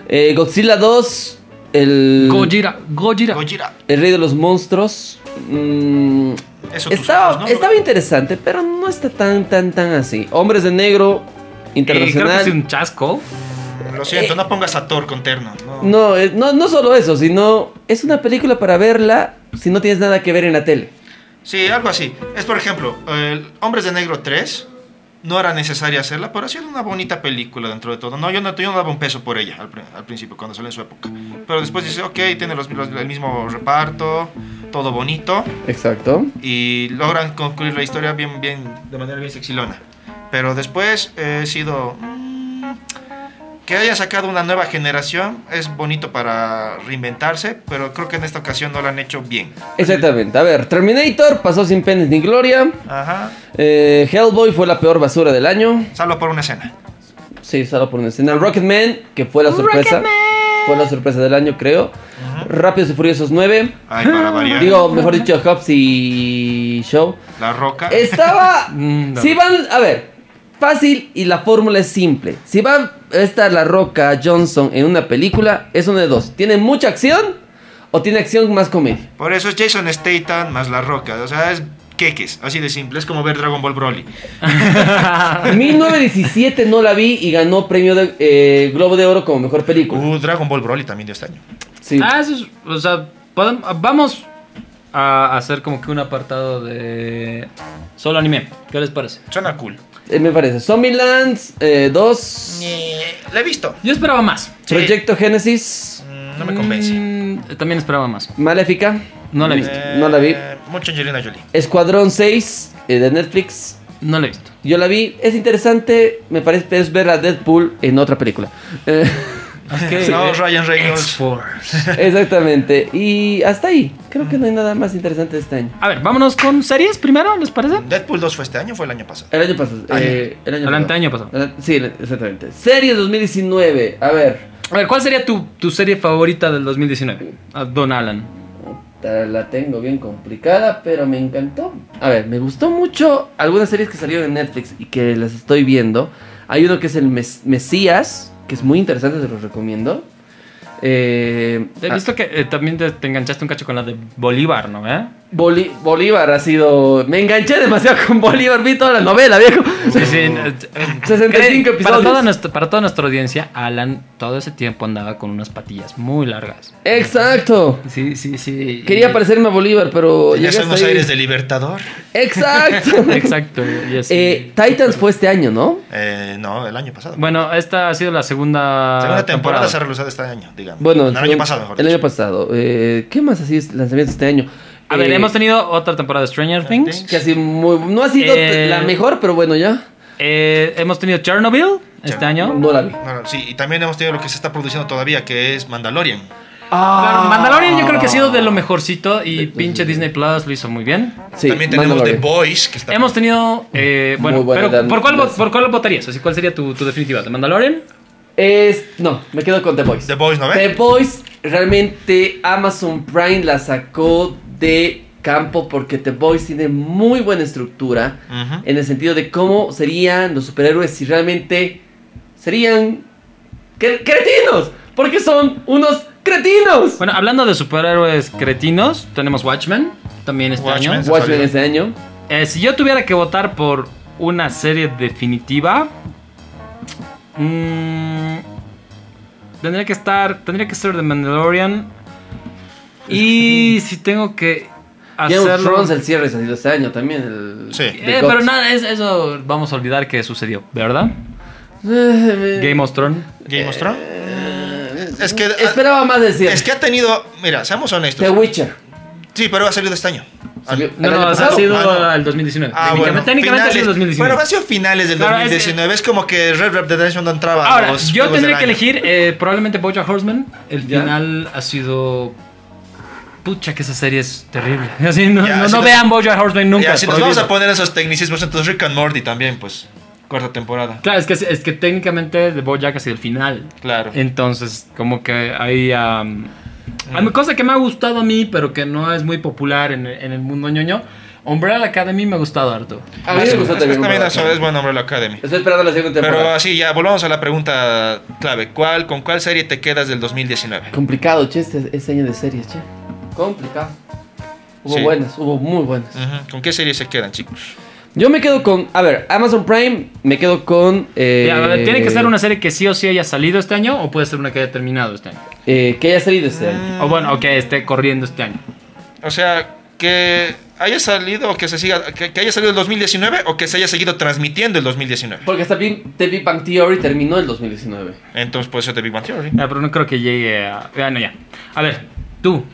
S2: Eh, Godzilla 2, el,
S3: Gojira, Gojira.
S1: Gojira.
S2: el Rey de los Monstruos. mm,
S1: Eso tus
S2: estaba,
S1: ojos, ¿no?
S2: estaba interesante, pero no está tan, tan, tan así. Hombres de Negro,
S3: Eh, creo que
S2: Internacional.
S3: es un chasco.
S1: Lo
S2: Eh,
S1: siento, no pongas a Thor con terno. No.
S2: no, eh, no, no solo eso, sino es una película para verla si no tienes nada que ver en la tele.
S1: Sí, algo así. Es por ejemplo, el Hombres de Negro 3. No era necesario hacerla, pero ha sido una bonita película dentro de todo. No, yo no, yo no daba un peso por ella al, pri- al principio, cuando salió en su época. Pero después dice, ok, tiene los- los- el mismo reparto, todo bonito.
S2: Exacto.
S1: y logran concluir la historia bien, bien, de manera bien sexilona. Pero después he sido mm, que haya sacado una nueva generación es bonito para reinventarse, pero creo que en esta ocasión no lo han hecho bien.
S2: Exactamente. A ver, Terminator pasó sin penes ni gloria.
S1: Ajá,
S2: Eh, Hellboy fue la peor basura del año.
S1: salvo por una escena.
S2: Sí, solo por una escena. Rocketman, que fue la sorpresa. Fue la sorpresa del año, creo. Rápidos y Furiosos 9.
S1: Ay,
S2: [LAUGHS]
S1: para variar.
S2: Digo, mejor dicho, Hobbs y Show.
S1: la roca.
S2: Estaba.
S3: [LAUGHS] Mm, no.
S2: si van. A ver. Fácil y la fórmula es simple. Si va a estar La Roca Johnson en una película, es una de dos. ¿Tiene mucha acción o tiene acción más comedia?
S1: Por eso es Jason Statham más la roca. O sea, es queques, así de simple. Es como ver Dragon Ball Broly.
S3: Ah.
S2: 1917 no la vi y ganó premio de eh, Globo de Oro como mejor película.
S1: Uh, Dragon Ball Broly también de este año.
S2: Sí.
S3: Ah, eso es, o sea, podem- vamos a hacer como que un apartado de solo anime. ¿Qué les parece?
S1: Suena cool.
S2: Eh, me parece. eh, Zombielands 2.
S1: La he visto.
S3: Yo esperaba más.
S1: Sí.
S2: Proyecto Génesis.
S1: Mm, No me convence.
S3: Mm, también esperaba más.
S2: Maléfica.
S3: No la he visto.
S1: Eh,
S2: No la vi.
S1: Mucho Angelina Jolie.
S2: Escuadrón 6 eh, de Netflix.
S3: No la he
S1: [LAUGHS]
S3: visto.
S2: Yo la vi, es interesante, me parece, pero es ver a Deadpool en otra película. Eh, [LAUGHS]
S1: No, Ryan Reynolds.
S3: X-Force.
S2: exactamente, y hasta ahí. Creo que no hay nada más interesante este año.
S3: A ver, vámonos con series primero, ¿les parece?
S1: Deadpool 2 fue este año, o fue el año pasado.
S2: El año pasado. eh, el año
S3: El antaño pasado.
S2: El- Sí, el- exactamente. Series 2019, a ver.
S3: A ver, ¿cuál sería tu, tu serie favorita del 2019? A Don Alan.
S2: Ta- La tengo bien complicada, pero me encantó. A ver, me gustó mucho algunas series que salieron en Netflix y que las estoy viendo. Hay uno que es el Mes- Mesías, que es muy interesante, se los recomiendo. Eh,
S3: He
S2: ah,
S3: visto que eh, también te, te enganchaste un cacho con la de Bolívar, ¿no? ¿Eh?
S2: Boli- Bolívar ha sido... Me enganché demasiado con Bolívar, vi toda la novela, viejo.
S3: Sí, sí, eh, eh,
S2: 65
S3: Para
S2: episodios.
S3: toda, nuestra, para toda nuestra audiencia, Alan todo ese tiempo andaba con unas patillas muy largas.
S2: Exacto.
S3: Sí, sí, sí.
S2: Quería
S3: [LAUGHS]
S2: parecerme a Bolívar, pero...
S1: Ya
S2: llegué
S1: son
S2: hasta
S1: los
S2: ahí.
S1: aires de Libertador.
S2: Exacto.
S3: Exacto. y así.
S2: Eh, Titans fue este año, ¿no?
S1: Eh, no, el año
S2: Ah,
S1: pasado.
S3: bueno, esta ha sido la segunda,
S1: Segunda temporada se ha realizado este año, digamos.
S2: Bueno,
S1: No, el año
S2: segun-
S1: pasado, mejor
S2: El
S1: dicho.
S2: año pasado. Eh, ¿Qué más así es lanzamiento este año?
S3: A ver,
S2: Eh,
S3: hemos tenido otra temporada de Stranger Things.
S2: Que ha sido muy- no ha sido
S3: Eh,
S2: la mejor, pero bueno, ya.
S3: Eh, hemos tenido Chernobyl este
S1: Chernobyl.
S3: año.
S2: No la vi.
S1: No, no, sí, y también hemos tenido lo que se está produciendo todavía, que es Mandalorian.
S3: Claro, Mandalorian yo creo que ha sido de lo mejorcito y pinche Disney Plus lo hizo muy bien.
S2: Sí,
S1: también tenemos The
S2: Mandalorian.
S1: Boys, que está...
S3: Hemos tenido... eh, bueno,
S2: Muy buena
S3: pero
S2: edad,
S3: ¿por cuál, vo-
S2: gracias.
S3: ¿por cuál votarías? Así, ¿Cuál sería tu, tu definitiva? ¿De Mandalorian?
S2: Es- no, me quedo con The Boys.
S1: The Boys, ¿no ves?
S2: The Boys, realmente Amazon Prime la sacó de campo porque The Boys tiene muy buena estructura
S1: Ujú.
S3: Eh,
S2: en el sentido de cómo serían los superhéroes si realmente serían cre- cretinos, porque son unos cretinos.
S3: Bueno, hablando de superhéroes cretinos, tenemos Watchmen también este
S1: Watchmen,
S3: año.
S1: sí.
S2: Watchmen este año.
S3: Eh, si yo tuviera que votar por una serie definitiva, mm, tendría que estar, tendría que ser The Mandalorian. Y si tengo que
S2: Game of
S3: hacerlo,
S2: Thrones, el cierre se ha sido este año también. el-
S1: Sí.
S2: The
S3: Eh, pero
S2: Gods.
S3: nada, es- eso vamos a olvidar que sucedió, ¿verdad?
S2: Eh,
S3: Game of Thrones.
S1: Game of Thrones.
S2: eh,
S1: Es que-
S2: esperaba más del cierre.
S1: Eh, Es que ha tenido... Mira, seamos honestos.
S2: The Witcher.
S1: Sí, pero ha salido este año.
S2: Salió-
S3: No,
S2: ¿El año
S3: no, o sea, ha
S2: pasado?
S3: sido
S1: Ah, no.
S3: el 2019.
S1: Ah,
S3: técnicamente
S1: bueno.
S3: técnicamente ha sido el
S1: finales-
S3: 2019.
S1: Bueno, ha sido finales del
S3: Claro, es-
S1: 2019. Es, como que Red Red Redemption no entraba a
S3: Ahora,
S1: los
S3: yo
S1: juegos
S3: tendré
S1: del
S3: que
S1: año.
S3: elegir eh, probablemente Bojack Horseman. El
S2: Ya.
S3: final ha sido... Pucha, que esa serie es terrible. [LAUGHS] Así, no
S1: Ya,
S3: no,
S1: si
S3: no
S1: nos-
S3: vean Bojack Horseman nunca.
S1: Ya,
S3: es
S1: si nos vamos
S3: prohibido.
S1: a poner esos tecnicismos, entonces Rick and Morty también, pues. Cuarta temporada.
S3: Claro, es que, es que técnicamente de Bojack ha sido el final.
S1: Claro.
S2: Eh,
S3: Entonces, como que hay... am, hay una cosa que me ha gustado a mí, pero que no es muy popular en, el- en el mundo ñoño. Umbrella Academy me ha gustado harto.
S2: A mí me gustó
S1: Este
S2: también.
S1: también
S2: Umbrella
S1: es, es buen nombre la Academy.
S2: Estoy esperando la segunda
S1: Pero
S2: temporada.
S1: así, ya volvamos a la pregunta clave. ¿Cuál, ¿Con cuál serie te quedas del 2019?
S2: Complicado, che, este, este año de series, che. Complicado. Hubo
S1: Sí.
S2: buenas, hubo muy buenas.
S1: Ujú, ¿Con qué serie se quedan, chicos?
S2: Yo me quedo con, a ver, Amazon Prime, me quedo con... eh,
S3: Ya, a ver, ¿Tiene que ser una serie que sí o sí haya salido este año o puede ser una que haya terminado este año?
S2: eh, que haya salido este año.
S3: O bueno, o que esté corriendo este año.
S1: O sea, que haya salido o que se siga que, que haya salido el 2019 o que se haya seguido transmitiendo el 2019.
S2: Porque hasta bien, The Big Bang Theory terminó el 2019.
S1: Entonces pues, puede ser The Big Bang Theory.
S3: Ah, pero no creo que llegue a. Ah, no, ya. A ver, tú,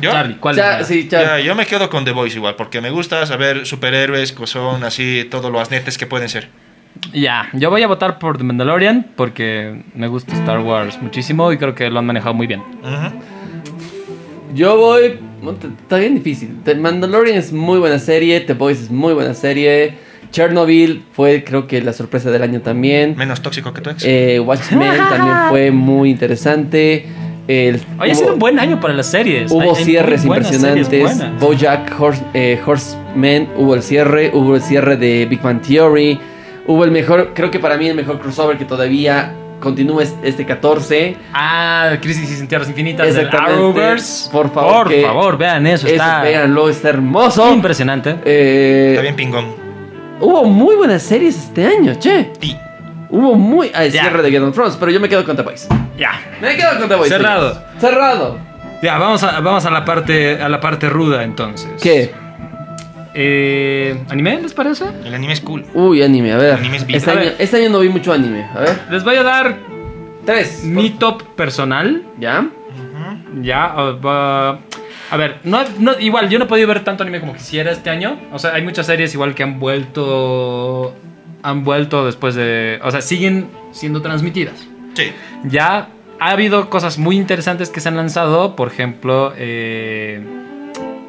S1: ¿Yo?
S3: Charlie, ¿cuál
S2: Ya,
S3: es? la-
S2: sí, Char-
S1: Ya, yo me quedo con The Voice igual, porque me gusta saber superhéroes, son así, todo lo asnetes que pueden ser.
S3: Ya, yo voy a votar por The Mandalorian porque me gusta Star Wars muchísimo y creo que lo han manejado muy bien.
S1: Ujú.
S2: Yo voy. Está bien difícil. The Mandalorian es muy buena serie. The Boys es muy buena serie. Chernobyl fue, creo que, la sorpresa del año también.
S1: Menos tóxico que tu ex.
S2: Eh, Watchmen también fue muy interesante. El,
S3: Oye,
S2: hubo-
S3: ha sido un buen año para las series. Hay-
S2: Hubo
S3: hay muy
S2: cierres
S3: buenas
S2: impresionantes.
S3: series buenas.
S2: Bojack Horse, eh, Horseman hubo el cierre. Hubo el cierre de Big Bang Theory. Hubo el mejor, creo que para mí el mejor crossover que todavía continúa es este 14.
S3: Ah, Crisis en Tierras Infinitas del
S2: Exactamente.
S3: Arrowverse.
S2: Por favor,
S3: Por
S2: que-
S3: favor, vean eso.
S2: Eso,
S3: está
S2: véanlo, está hermoso.
S3: impresionante.
S2: Eh,
S1: Está bien pingón.
S2: Hubo muy buenas series este año, che.
S1: Ti.
S2: Hubo muy. Ah, el
S3: Ya.
S2: cierre de Game of Thrones, pero yo me quedo con The Boys.
S3: Ya.
S2: Me quedo con The Boys.
S3: Cerrado.
S2: señores. Cerrado.
S3: Ya, vamos a, vamos a la parte a la parte ruda entonces.
S2: ¿Qué?
S3: Eh, ¿Anime les parece?
S1: El anime es cool.
S2: Uy, anime, a ver.
S1: Anime es vida.
S2: Este
S3: A
S2: año,
S3: ver.
S2: este año no vi mucho anime. A ver.
S3: Les voy a dar
S2: Tres.
S3: mi top personal.
S2: ¿Ya?
S3: Ya, ah, va- a ver, no, no- igual yo no he podido ver tanto anime como quisiera este año. O sea, hay muchas series igual que han vuelto, han vuelto después de, o sea, siguen siendo transmitidas.
S1: Sí.
S3: Ya ha habido cosas muy interesantes que se han lanzado, por ejemplo, eh,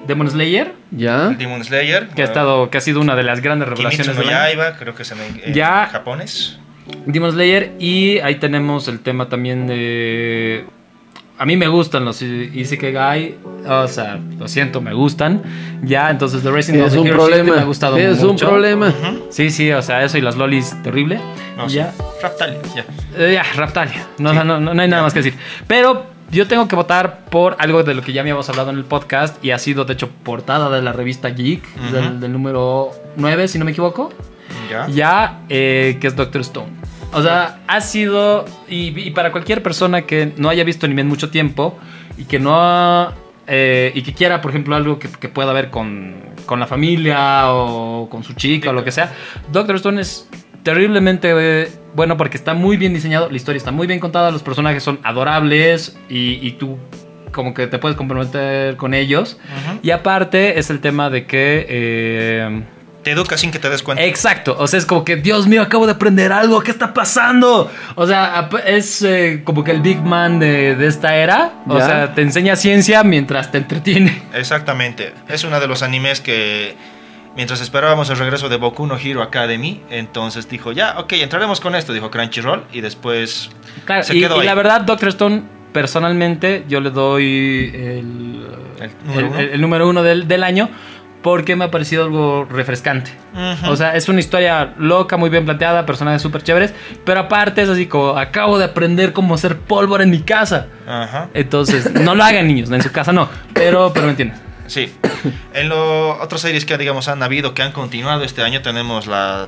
S3: Demon Slayer,
S2: ¿Ya?
S1: Demon Slayer.
S3: ¿Ah? que ha
S1: eh,
S3: estado, que ha sido una de las grandes revelaciones.
S1: Kimetsu no
S3: del año.
S1: Yaiba, creo que es en, en
S3: Ya.
S1: japonés.
S3: Demon Slayer y ahí tenemos el tema también de... A mí me gustan los I- Isekai, o sea, lo siento, me gustan. Ya, entonces The Racing of
S2: Es
S3: the
S2: un
S3: Hero Shifter
S2: problema.
S3: me ha gustado
S2: Es un
S3: mucho.
S2: problema.
S1: Ujú.
S3: Sí, sí, o sea, eso y las lolis, terrible.
S1: No,
S3: ya,
S1: sí. Raptalia, ya.
S3: Eh, ya, Raptalia. No, no, no, no hay nada más que decir. Pero yo tengo que votar por algo de lo que ya habíamos hablado en el podcast y ha sido, de hecho, portada de la revista Geek,
S1: Ujú.
S3: del- del número 9, si no me equivoco
S1: Ya.
S3: ya eh, que es Doctor Stone. O sea, ha sido, y, y para cualquier persona que no haya visto anime en mucho tiempo y que no ha- eh, y que quiera, por ejemplo, algo que, que pueda ver con, con la familia o con su chica o lo que sea, Doctor Stone es terriblemente eh, bueno porque está muy bien diseñado, la historia está muy bien contada, los personajes son adorables y, y tú como que te puedes comprometer con ellos.
S1: Ujú.
S3: Y aparte es el tema de que... eh,
S1: Te educa sin que te des cuenta.
S3: Exacto, o sea, es como que, Dios mío, acabo de aprender algo, ¿qué está pasando? O sea, ap- es eh, como que el big man de, de esta era, o
S2: Ya.
S3: sea, te enseña ciencia mientras te entretiene.
S1: [LAUGHS] Exactamente. Es uno de los animes que mientras esperábamos el regreso de Boku no Hero Academy, entonces dijo, ya, ok, entraremos con esto, dijo Crunchyroll, y después
S3: Claro,
S1: se
S3: y,
S1: quedó
S3: y
S1: ahí.
S3: la verdad, Doctor Stone, personalmente, yo le doy el,
S1: El número
S3: el-
S1: uno.
S3: el- el número uno del, del año porque me ha parecido algo refrescante.
S1: Ujú.
S3: O sea, es una historia loca, muy bien planteada, personajes súper chéveres, pero aparte es así como, acabo de aprender cómo hacer pólvora en mi casa.
S1: Ajá.
S3: Entonces, no lo hagan niños, en su casa no. Pero, pero me entiendes.
S1: Sí. En lo otras series que digamos han habido que han continuado este año tenemos la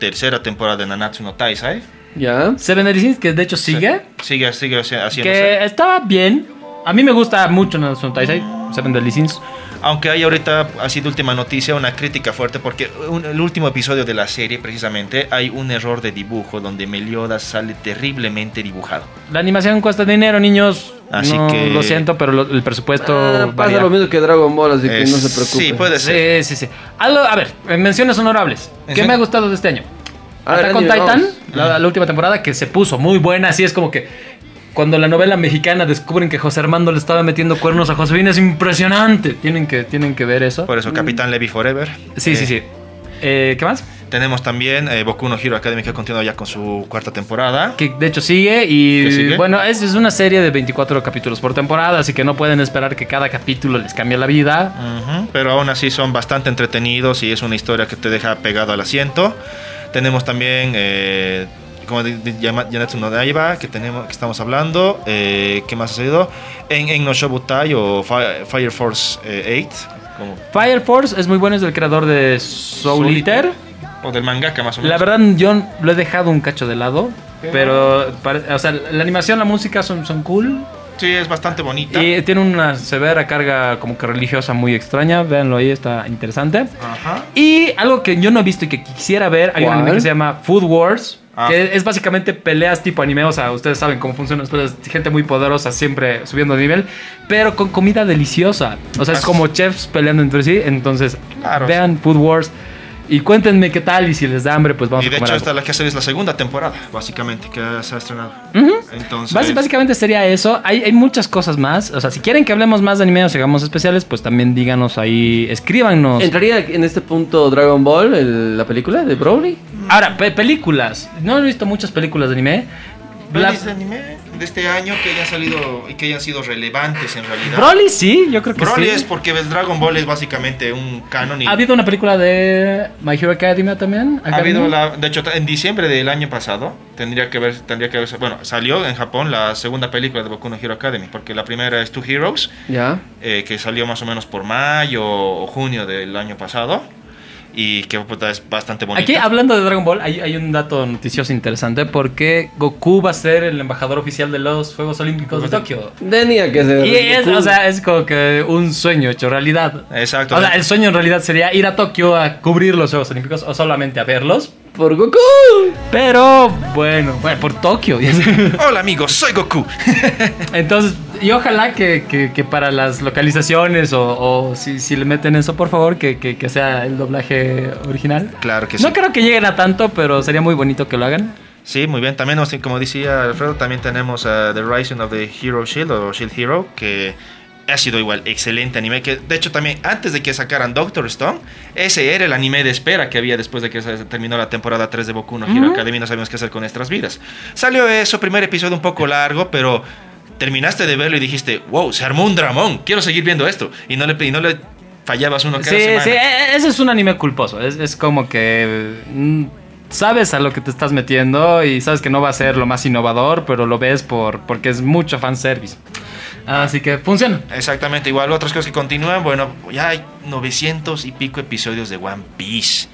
S1: tercera temporada de Nanatsu no Taisai.
S2: ¿Ya?
S3: Seven Deadly Sins, que de hecho sigue,
S1: Sigue, sigue haci- haciéndose.
S3: que estaba bien. A mí me gusta mucho Nanatsu no Taizai, Seven Deadly Sins.
S1: Aunque hay ahorita, ha sido última noticia, una crítica fuerte porque un- el último episodio de la serie precisamente hay un error de dibujo donde Meliodas sale terriblemente dibujado.
S3: La animación cuesta dinero, niños.
S1: Así
S3: No,
S1: que-
S3: Lo siento, pero lo- el presupuesto.
S2: Ah, pasa
S3: varía.
S2: lo mismo que Dragon Ball, así que
S1: Es-
S2: no se preocupe.
S1: Sí, puede ser.
S3: Sí, sí, sí. Algo- a ver, eh, menciones honorables. ¿Qué
S1: Mención-
S3: me ha gustado de este año?
S2: A ver,
S3: Attack on
S2: anime,
S3: Titan,
S2: vamos.
S3: la, la última temporada que se puso muy buena, así es como que cuando la novela mexicana descubren que José Armando le estaba metiendo cuernos a Josefina es impresionante. Tienen que, tienen que ver eso.
S1: Por eso, Capitán Levy Forever.
S3: Mm. Sí, sí,
S1: Eh,
S3: sí. Eh, ¿Qué más?
S1: Tenemos también eh, Boku no Hero Academy que ha continuado ya con su cuarta temporada.
S3: Que de hecho sigue y
S1: ¿Que sigue?
S3: bueno, es, es una serie de 24 capítulos por temporada, así que no pueden esperar que cada capítulo les cambie la vida.
S1: Ujú, Pero aún así son bastante entretenidos y es una historia que te deja pegado al asiento. Tenemos también, eh, como de- de- llama- Yanatsu no Daiba, que, tenemos, que estamos hablando. Eh, ¿Qué más ha salido? En, en No Shobutai o Fi- Fire Force eh, 8. como-
S3: Fire Force es muy bueno, es del creador de Soul
S1: Soul
S3: Eater.
S1: O del mangaka más o menos.
S3: La verdad, yo lo he dejado un cacho de lado, pero, pare- o sea, la animación, la música son, son cool.
S1: Sí, es bastante bonita.
S3: Y tiene una severa carga como que religiosa muy extraña. Véanlo ahí, está interesante.
S1: Ajá.
S3: Y algo que yo no he visto y que quisiera ver, hay un
S2: ¿Cuál?
S3: anime que se llama Food Wars,
S1: Ah.
S3: que es básicamente peleas tipo anime, o sea, ustedes saben cómo funcionan las peleas, gente muy poderosa siempre subiendo de nivel, pero con comida deliciosa. O sea, es
S1: Así.
S3: como chefs peleando entre sí, entonces
S1: Ah. Claro.
S3: vean Food Wars y cuéntenme qué tal y si les da hambre, pues vamos
S1: Y de
S3: a comer.
S1: hecho,
S3: algo.
S1: esta la que hacer es la segunda temporada, básicamente, que se ha estrenado. Entonces.
S3: Bás- básicamente sería eso. Hay, hay muchas cosas más. O sea, si quieren que hablemos más de anime o sigamos especiales, pues también díganos ahí, escríbanos.
S2: ¿Entraría en este punto Dragon Ball, el- la película de Broly?
S3: Ahora, pe- películas. No he visto muchas películas de anime. La-
S1: pelis de anime de este año que hayan salido y que hayan sido relevantes en realidad.
S3: Broly sí, yo creo que
S1: Broly
S3: sí.
S1: es porque ves, Dragon Ball es básicamente un canon y
S3: ¿Ha habido una película de My Hero Academia también?
S1: ha habido
S3: Academia.
S1: la de hecho en diciembre del año pasado tendría que ver tendría que haber bueno, salió en Japón la segunda película de Boku no Hero Academy, porque la primera es Two Heroes
S2: Ya.
S1: eh, que salió más o menos por mayo o junio del año pasado y que puta, es bastante bonita.
S3: Aquí, hablando de Dragon Ball, hay, hay un dato noticioso interesante porque Goku va a ser el embajador oficial de los Juegos Olímpicos de Tokio.
S2: Tenía que ser.
S3: Y es,
S2: Eh, Goku.
S3: o sea, es como que un sueño hecho realidad.
S1: Exacto.
S3: O sea, el sueño en realidad sería ir a Tokio a cubrir los Juegos Olímpicos o solamente a verlos.
S2: Por Goku.
S3: Pero bueno, bueno, por Tokio. [LAUGHS] ya sé.
S1: Hola amigos, soy Goku.
S3: Entonces, y ojalá que, que- que para las localizaciones o, o si, si le meten eso, por favor, que, que- que sea el doblaje original.
S1: claro que sí.
S3: No creo que lleguen a tanto, pero sería muy bonito que lo hagan.
S1: Sí, muy bien. También, o sea, como decía Alfredo, también tenemos a The Rising of the Hero Shield o Shield Hero, que ha sido igual excelente anime. Que de hecho, también antes de que sacaran Doctor Stone, ese era el anime de espera que había después de que se terminó la temporada 3 de Boku no Hero Academy. No sabíamos qué hacer con nuestras vidas. Salió eso, primer episodio un poco largo, pero terminaste de verlo y dijiste, wow, se armó un dramón, quiero seguir viendo esto. Y no le, y no le fallabas uno cada
S3: Sí,
S1: semana.
S3: sí, e- e- ese es un anime culposo. Es, es como que mm, sabes a lo que te estás metiendo y sabes que no va a ser lo más innovador, pero lo ves por porque es mucho fanservice. Así que funciona.
S1: Exactamente, igual otras cosas que continúan. Bueno, ya hay 900 y pico episodios de One
S3: [LAUGHS]
S1: Piece.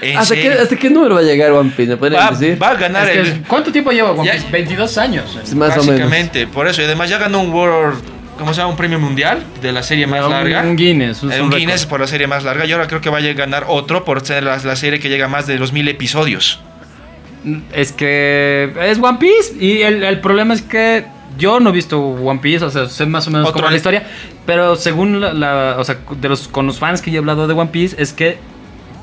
S1: En
S2: ¿Hasta qué,
S1: serio.
S2: ¿Hasta qué número va a llegar One Piece? ¿Me pueden
S1: va,
S2: decir?
S1: va a ganar
S3: Ah, Es que,
S1: el.
S3: ¿Cuánto tiempo lleva One
S1: Ya-
S3: Piece? 22 años.
S2: Es más o menos.
S1: básicamente, por eso. Y además ya ganó un World. ¿Cómo se llama? Un premio mundial de la serie más
S3: Un-
S1: larga.
S3: Un Guinness.
S1: Eh,
S3: es
S1: un
S3: récord.
S1: Guinness por la serie más larga. Y ahora creo que va a ganar otro por ser la, la serie que llega a más de los mil episodios.
S3: Es que es One Piece y el, el problema es que yo no he visto One Piece, o sea, sé más o menos
S1: Otro
S3: cómo va
S1: anime.
S3: la historia, pero según la, la- o sea, de los con los fans que yo he hablado de One Piece es que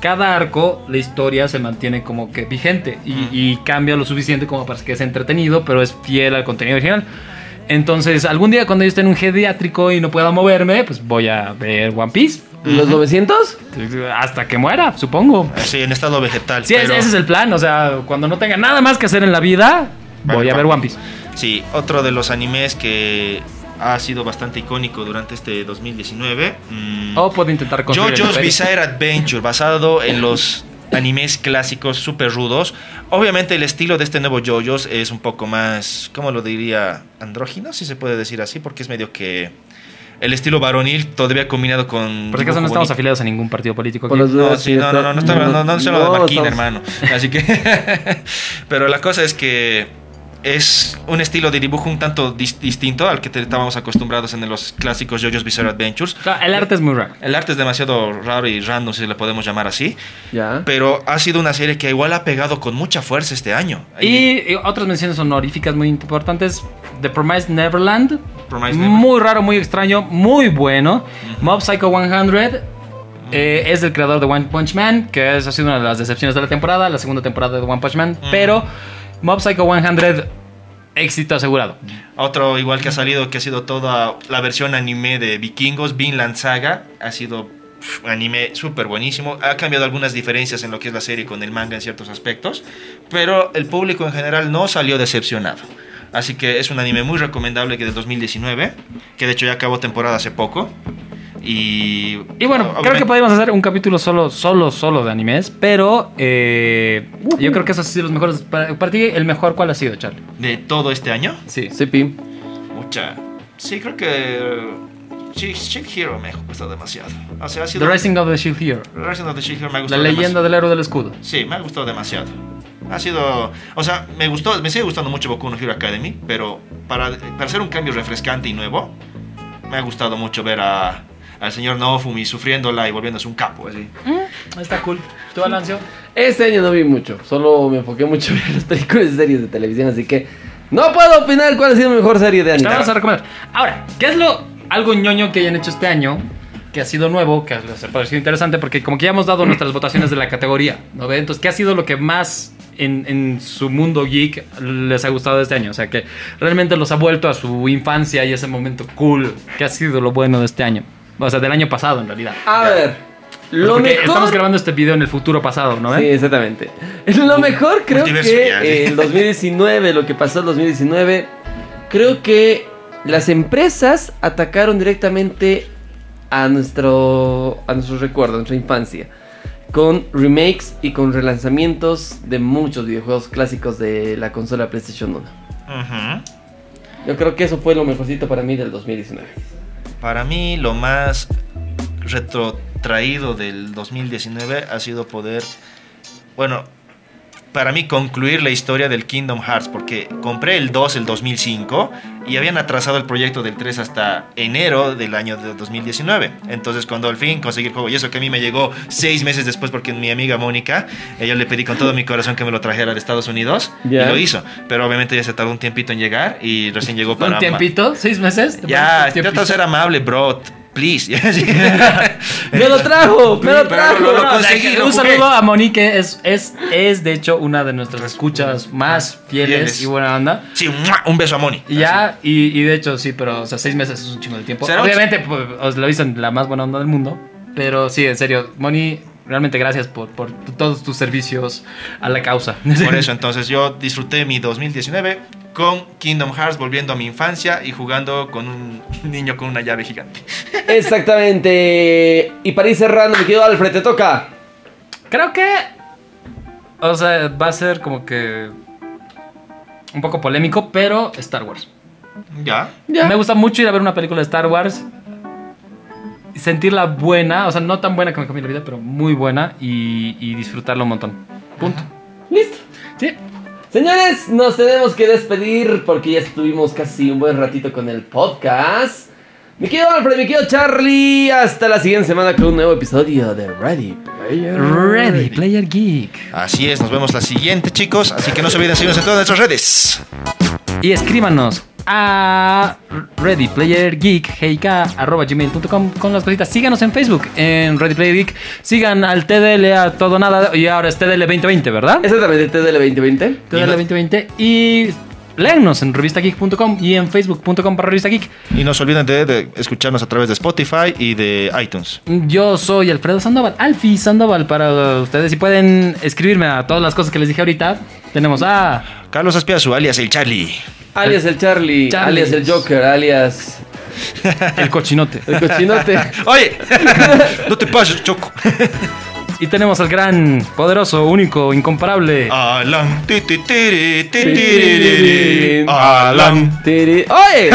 S3: cada arco la historia se mantiene como que vigente y,
S1: Mm.
S3: y cambia lo suficiente como para que sea entretenido, pero es fiel al contenido original. Entonces, algún día cuando yo esté en un geriátrico y no pueda moverme, pues voy a ver One Piece
S2: ¿Los 900?
S3: hasta que muera, supongo.
S1: Sí, en estado vegetal.
S3: Sí,
S1: pero-
S3: ese, ese es el plan. O sea, cuando no tenga nada más que hacer en la vida,
S1: Vale,
S3: voy a
S1: va.
S3: ver One Piece.
S1: Sí, otro de los animes que ha sido bastante icónico durante este 2019. mm,
S3: O puedo intentar conseguir el
S1: JoJo's
S3: papel.
S1: Bizarre Adventure, basado en los animes clásicos súper rudos. Obviamente el estilo de este nuevo JoJo's es un poco más, ¿cómo lo diría? Andrógino, si se puede decir así, porque es medio que el estilo varonil todavía combinado con...
S3: Por si acaso no
S1: dibujo
S3: estamos
S1: bonito.
S3: afiliados a ningún partido político.
S2: Por
S3: aquí.
S2: los-
S1: No, sí, no, no, no, no, está hablando- no, no estoy hablando de
S2: No,
S1: Marquín,
S2: estamos-
S1: hermano. Así que... [LAUGHS] Pero la cosa es que es un estilo de dibujo un tanto dis- distinto al que te- estábamos acostumbrados en los clásicos JoJo's Bizarre Adventures.
S3: Claro, el arte es muy raro.
S1: El arte es demasiado raro y random, si le podemos llamar así.
S2: Ya.
S1: Pero ha sido una serie que igual ha pegado con mucha fuerza este año.
S3: Y, y otras menciones honoríficas muy importantes. The Promised Neverland.
S1: Promised
S3: muy raro, muy extraño, muy bueno. Mob Psycho 100. eh, es el creador de One Punch Man, que es- ha sido una de las decepciones de la temporada, la segunda temporada de One Punch Man. Pero Mob Psycho 100, éxito asegurado.
S1: Otro igual que ha salido, que ha sido toda la versión anime de Vikingos, Vinland Saga, ha sido pf, un anime súper buenísimo. Ha cambiado algunas diferencias en lo que es la serie con el manga en ciertos aspectos. Pero el público en general no salió decepcionado. Así que es un anime muy recomendable que del 2019, que de hecho ya acabó temporada hace poco. Y,
S3: Y bueno, creo
S1: obviamente-
S3: que podríamos hacer un capítulo solo, solo, solo de animes, pero eh, yo creo que esos han sido los mejores. Para, para ti, el mejor, ¿cuál ha sido, Charlie?
S1: de todo este año.
S3: Sí.
S2: Sí, Pim.
S1: Mucha. Sí, creo que eh, Shield Hero me ha costado demasiado. O sea, ha
S3: The
S1: sido.
S3: Rising of the Shield Hero.
S1: Rising of the Shield Hero me ha
S3: La
S1: gustado
S3: leyenda del héroe del escudo.
S1: Sí, me ha gustado demasiado. Ha sido, o sea, me gustó, me sigue gustando mucho Boku no Hero Academy, pero para, para hacer un cambio refrescante y nuevo, me ha gustado mucho ver a, al señor Naofumi sufriéndola y volviéndose un capo, así.
S3: Está cool. ¿Tú, Alancio?
S2: Este año no vi mucho, solo me enfoqué mucho en las películas y series de televisión, así que no puedo opinar cuál ha sido mi mejor serie de
S3: Te
S2: anime.
S3: vamos a recomendar. Ahora, ¿qué es lo algo ñoño que hayan hecho este año? Que ha sido nuevo, que les ha parecido interesante, porque como que ya hemos dado
S2: Mm.
S3: nuestras votaciones de la categoría, ¿no ve? Entonces, ¿qué ha sido lo que más en, en su mundo geek les ha gustado este año? O sea, que realmente los ha vuelto a su infancia y ese momento cool. ¿Qué ha sido lo bueno de este año? O sea, del año pasado, en realidad.
S2: A ver, lo
S3: Porque estamos
S2: mejor...
S3: grabando este video en el futuro pasado, ¿no? ve?
S2: Sí, exactamente. [LAUGHS] Lo mejor creo
S1: multiverso
S2: que
S1: ya, sí. [LAUGHS]
S2: eh, el 2019, lo que pasó en 2019, creo que las empresas atacaron directamente a nuestro a nuestros recuerdos, a nuestra infancia, con remakes y con relanzamientos de muchos videojuegos clásicos de la consola PlayStation 1.
S1: Ujú.
S2: Yo creo que eso fue lo mejorcito para mí
S1: [LAUGHS]
S2: del 2019.
S1: Para mí, lo más retrotraído del 2019 ha sido poder, bueno, para mí concluir la historia del Kingdom Hearts, porque compré el 2 el 2005 y habían atrasado el proyecto del 3 hasta enero del año de 2019. Entonces, cuando al fin conseguí el juego, y eso que a mí me llegó seis meses después, porque mi amiga Mónica, ella le pedí con todo mi corazón que me lo trajera de Estados Unidos
S2: Ya.
S1: y lo hizo, pero obviamente ya se tardó un tiempito en llegar y recién llegó para
S3: ¿Un
S1: ma-
S3: tiempito? ¿Seis meses? ¿Te
S1: ya,
S3: parece un
S1: trata de ser
S3: tiempito?
S1: amable, bro. Please. [LAUGHS]
S2: ¡Me lo trajo! ¡Me lo
S1: Pero lo-
S2: trajo!
S1: lo-
S3: O sea,
S1: conseguí,
S3: que
S1: lo
S3: un
S1: jugué.
S3: saludo a Monique, es, es, es de hecho una de nuestras escuchas más fieles,
S1: fieles.
S3: y buena onda.
S1: sí, ¡mua! un beso a Moni.
S3: Y ya, y, y de hecho sí, pero o sea, seis meses es un chingo de tiempo.
S1: Será un-
S3: Obviamente, pues, os lo dicen la más buena onda del mundo, pero sí, en serio, Moni, realmente gracias por, por tu- todos tus servicios a la causa.
S1: Así. Por eso, entonces, yo disfruté mi 2019 con Kingdom Hearts volviendo a mi infancia y jugando con un niño con una llave gigante.
S2: [LAUGHS] Exactamente. Y para ir cerrando, mi querido Alfred, te toca.
S3: [LAUGHS] Creo que. O sea, va a ser como que. Un poco polémico, pero Star Wars.
S1: Ya.
S2: Ya.
S3: Me gusta mucho ir a ver una película de Star Wars. y Sentirla buena, o sea, no tan buena que me cambió la vida, pero muy buena y, y disfrutarla un montón. Punto.
S2: Listo.
S3: Sí.
S2: Señores, nos tenemos que despedir porque ya estuvimos casi un buen ratito con el podcast. Mi querido Alfred, mi querido Charlie, hasta la siguiente semana con un nuevo episodio de Ready Player.
S3: Ready, Player Geek.
S1: Así es, nos vemos la siguiente, chicos. Así que no se olviden seguirnos en todas nuestras redes.
S3: Y escríbanos a readyplayergeek.gmail.com con las cositas. Síganos en Facebook, en Ready Player Geek. Sigan al TDL a todo nada. Y ahora es TDL 2020, ¿verdad?
S2: Exactamente, TDL 2020.
S3: Te da la 2020 y léanos en revistageek.com y en facebook.com para Revista Geek.
S1: Y no se olviden de, de escucharnos a través de Spotify y de iTunes.
S3: Yo soy Alfredo Sandoval, Alfi Sandoval para ustedes y pueden escribirme a todas las cosas que les dije ahorita. Tenemos a
S1: Carlos Aspiazu, alias el Charlie.
S2: Alias el Charlie,
S3: Charlie.
S2: alias el Joker, alias
S3: El Cochinote
S2: el cochinote. [LAUGHS]
S1: Oye, [LAUGHS] no te pases, Choco.
S3: y tenemos al gran, poderoso, único, incomparable.
S1: Oh. Alan. ti, ti, tiri, ti, tiri, Alan.
S2: Tiri-
S3: [LAUGHS]
S2: ¡Oye!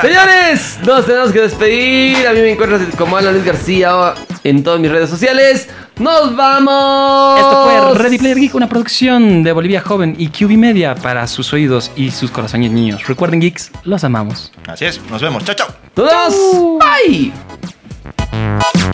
S2: Señores, nos tenemos que despedir. A mí me encuentras como Alan Luis García en todas mis redes sociales. ¡Nos vamos!
S3: Esto fue Ready Player Geek, una producción de Bolivia Joven y QB Media para sus oídos y sus corazones niños. Recuerden, geeks, los amamos.
S1: Así es, nos vemos. Chao, chao.
S2: ¡Nos vemos! ¡Bye!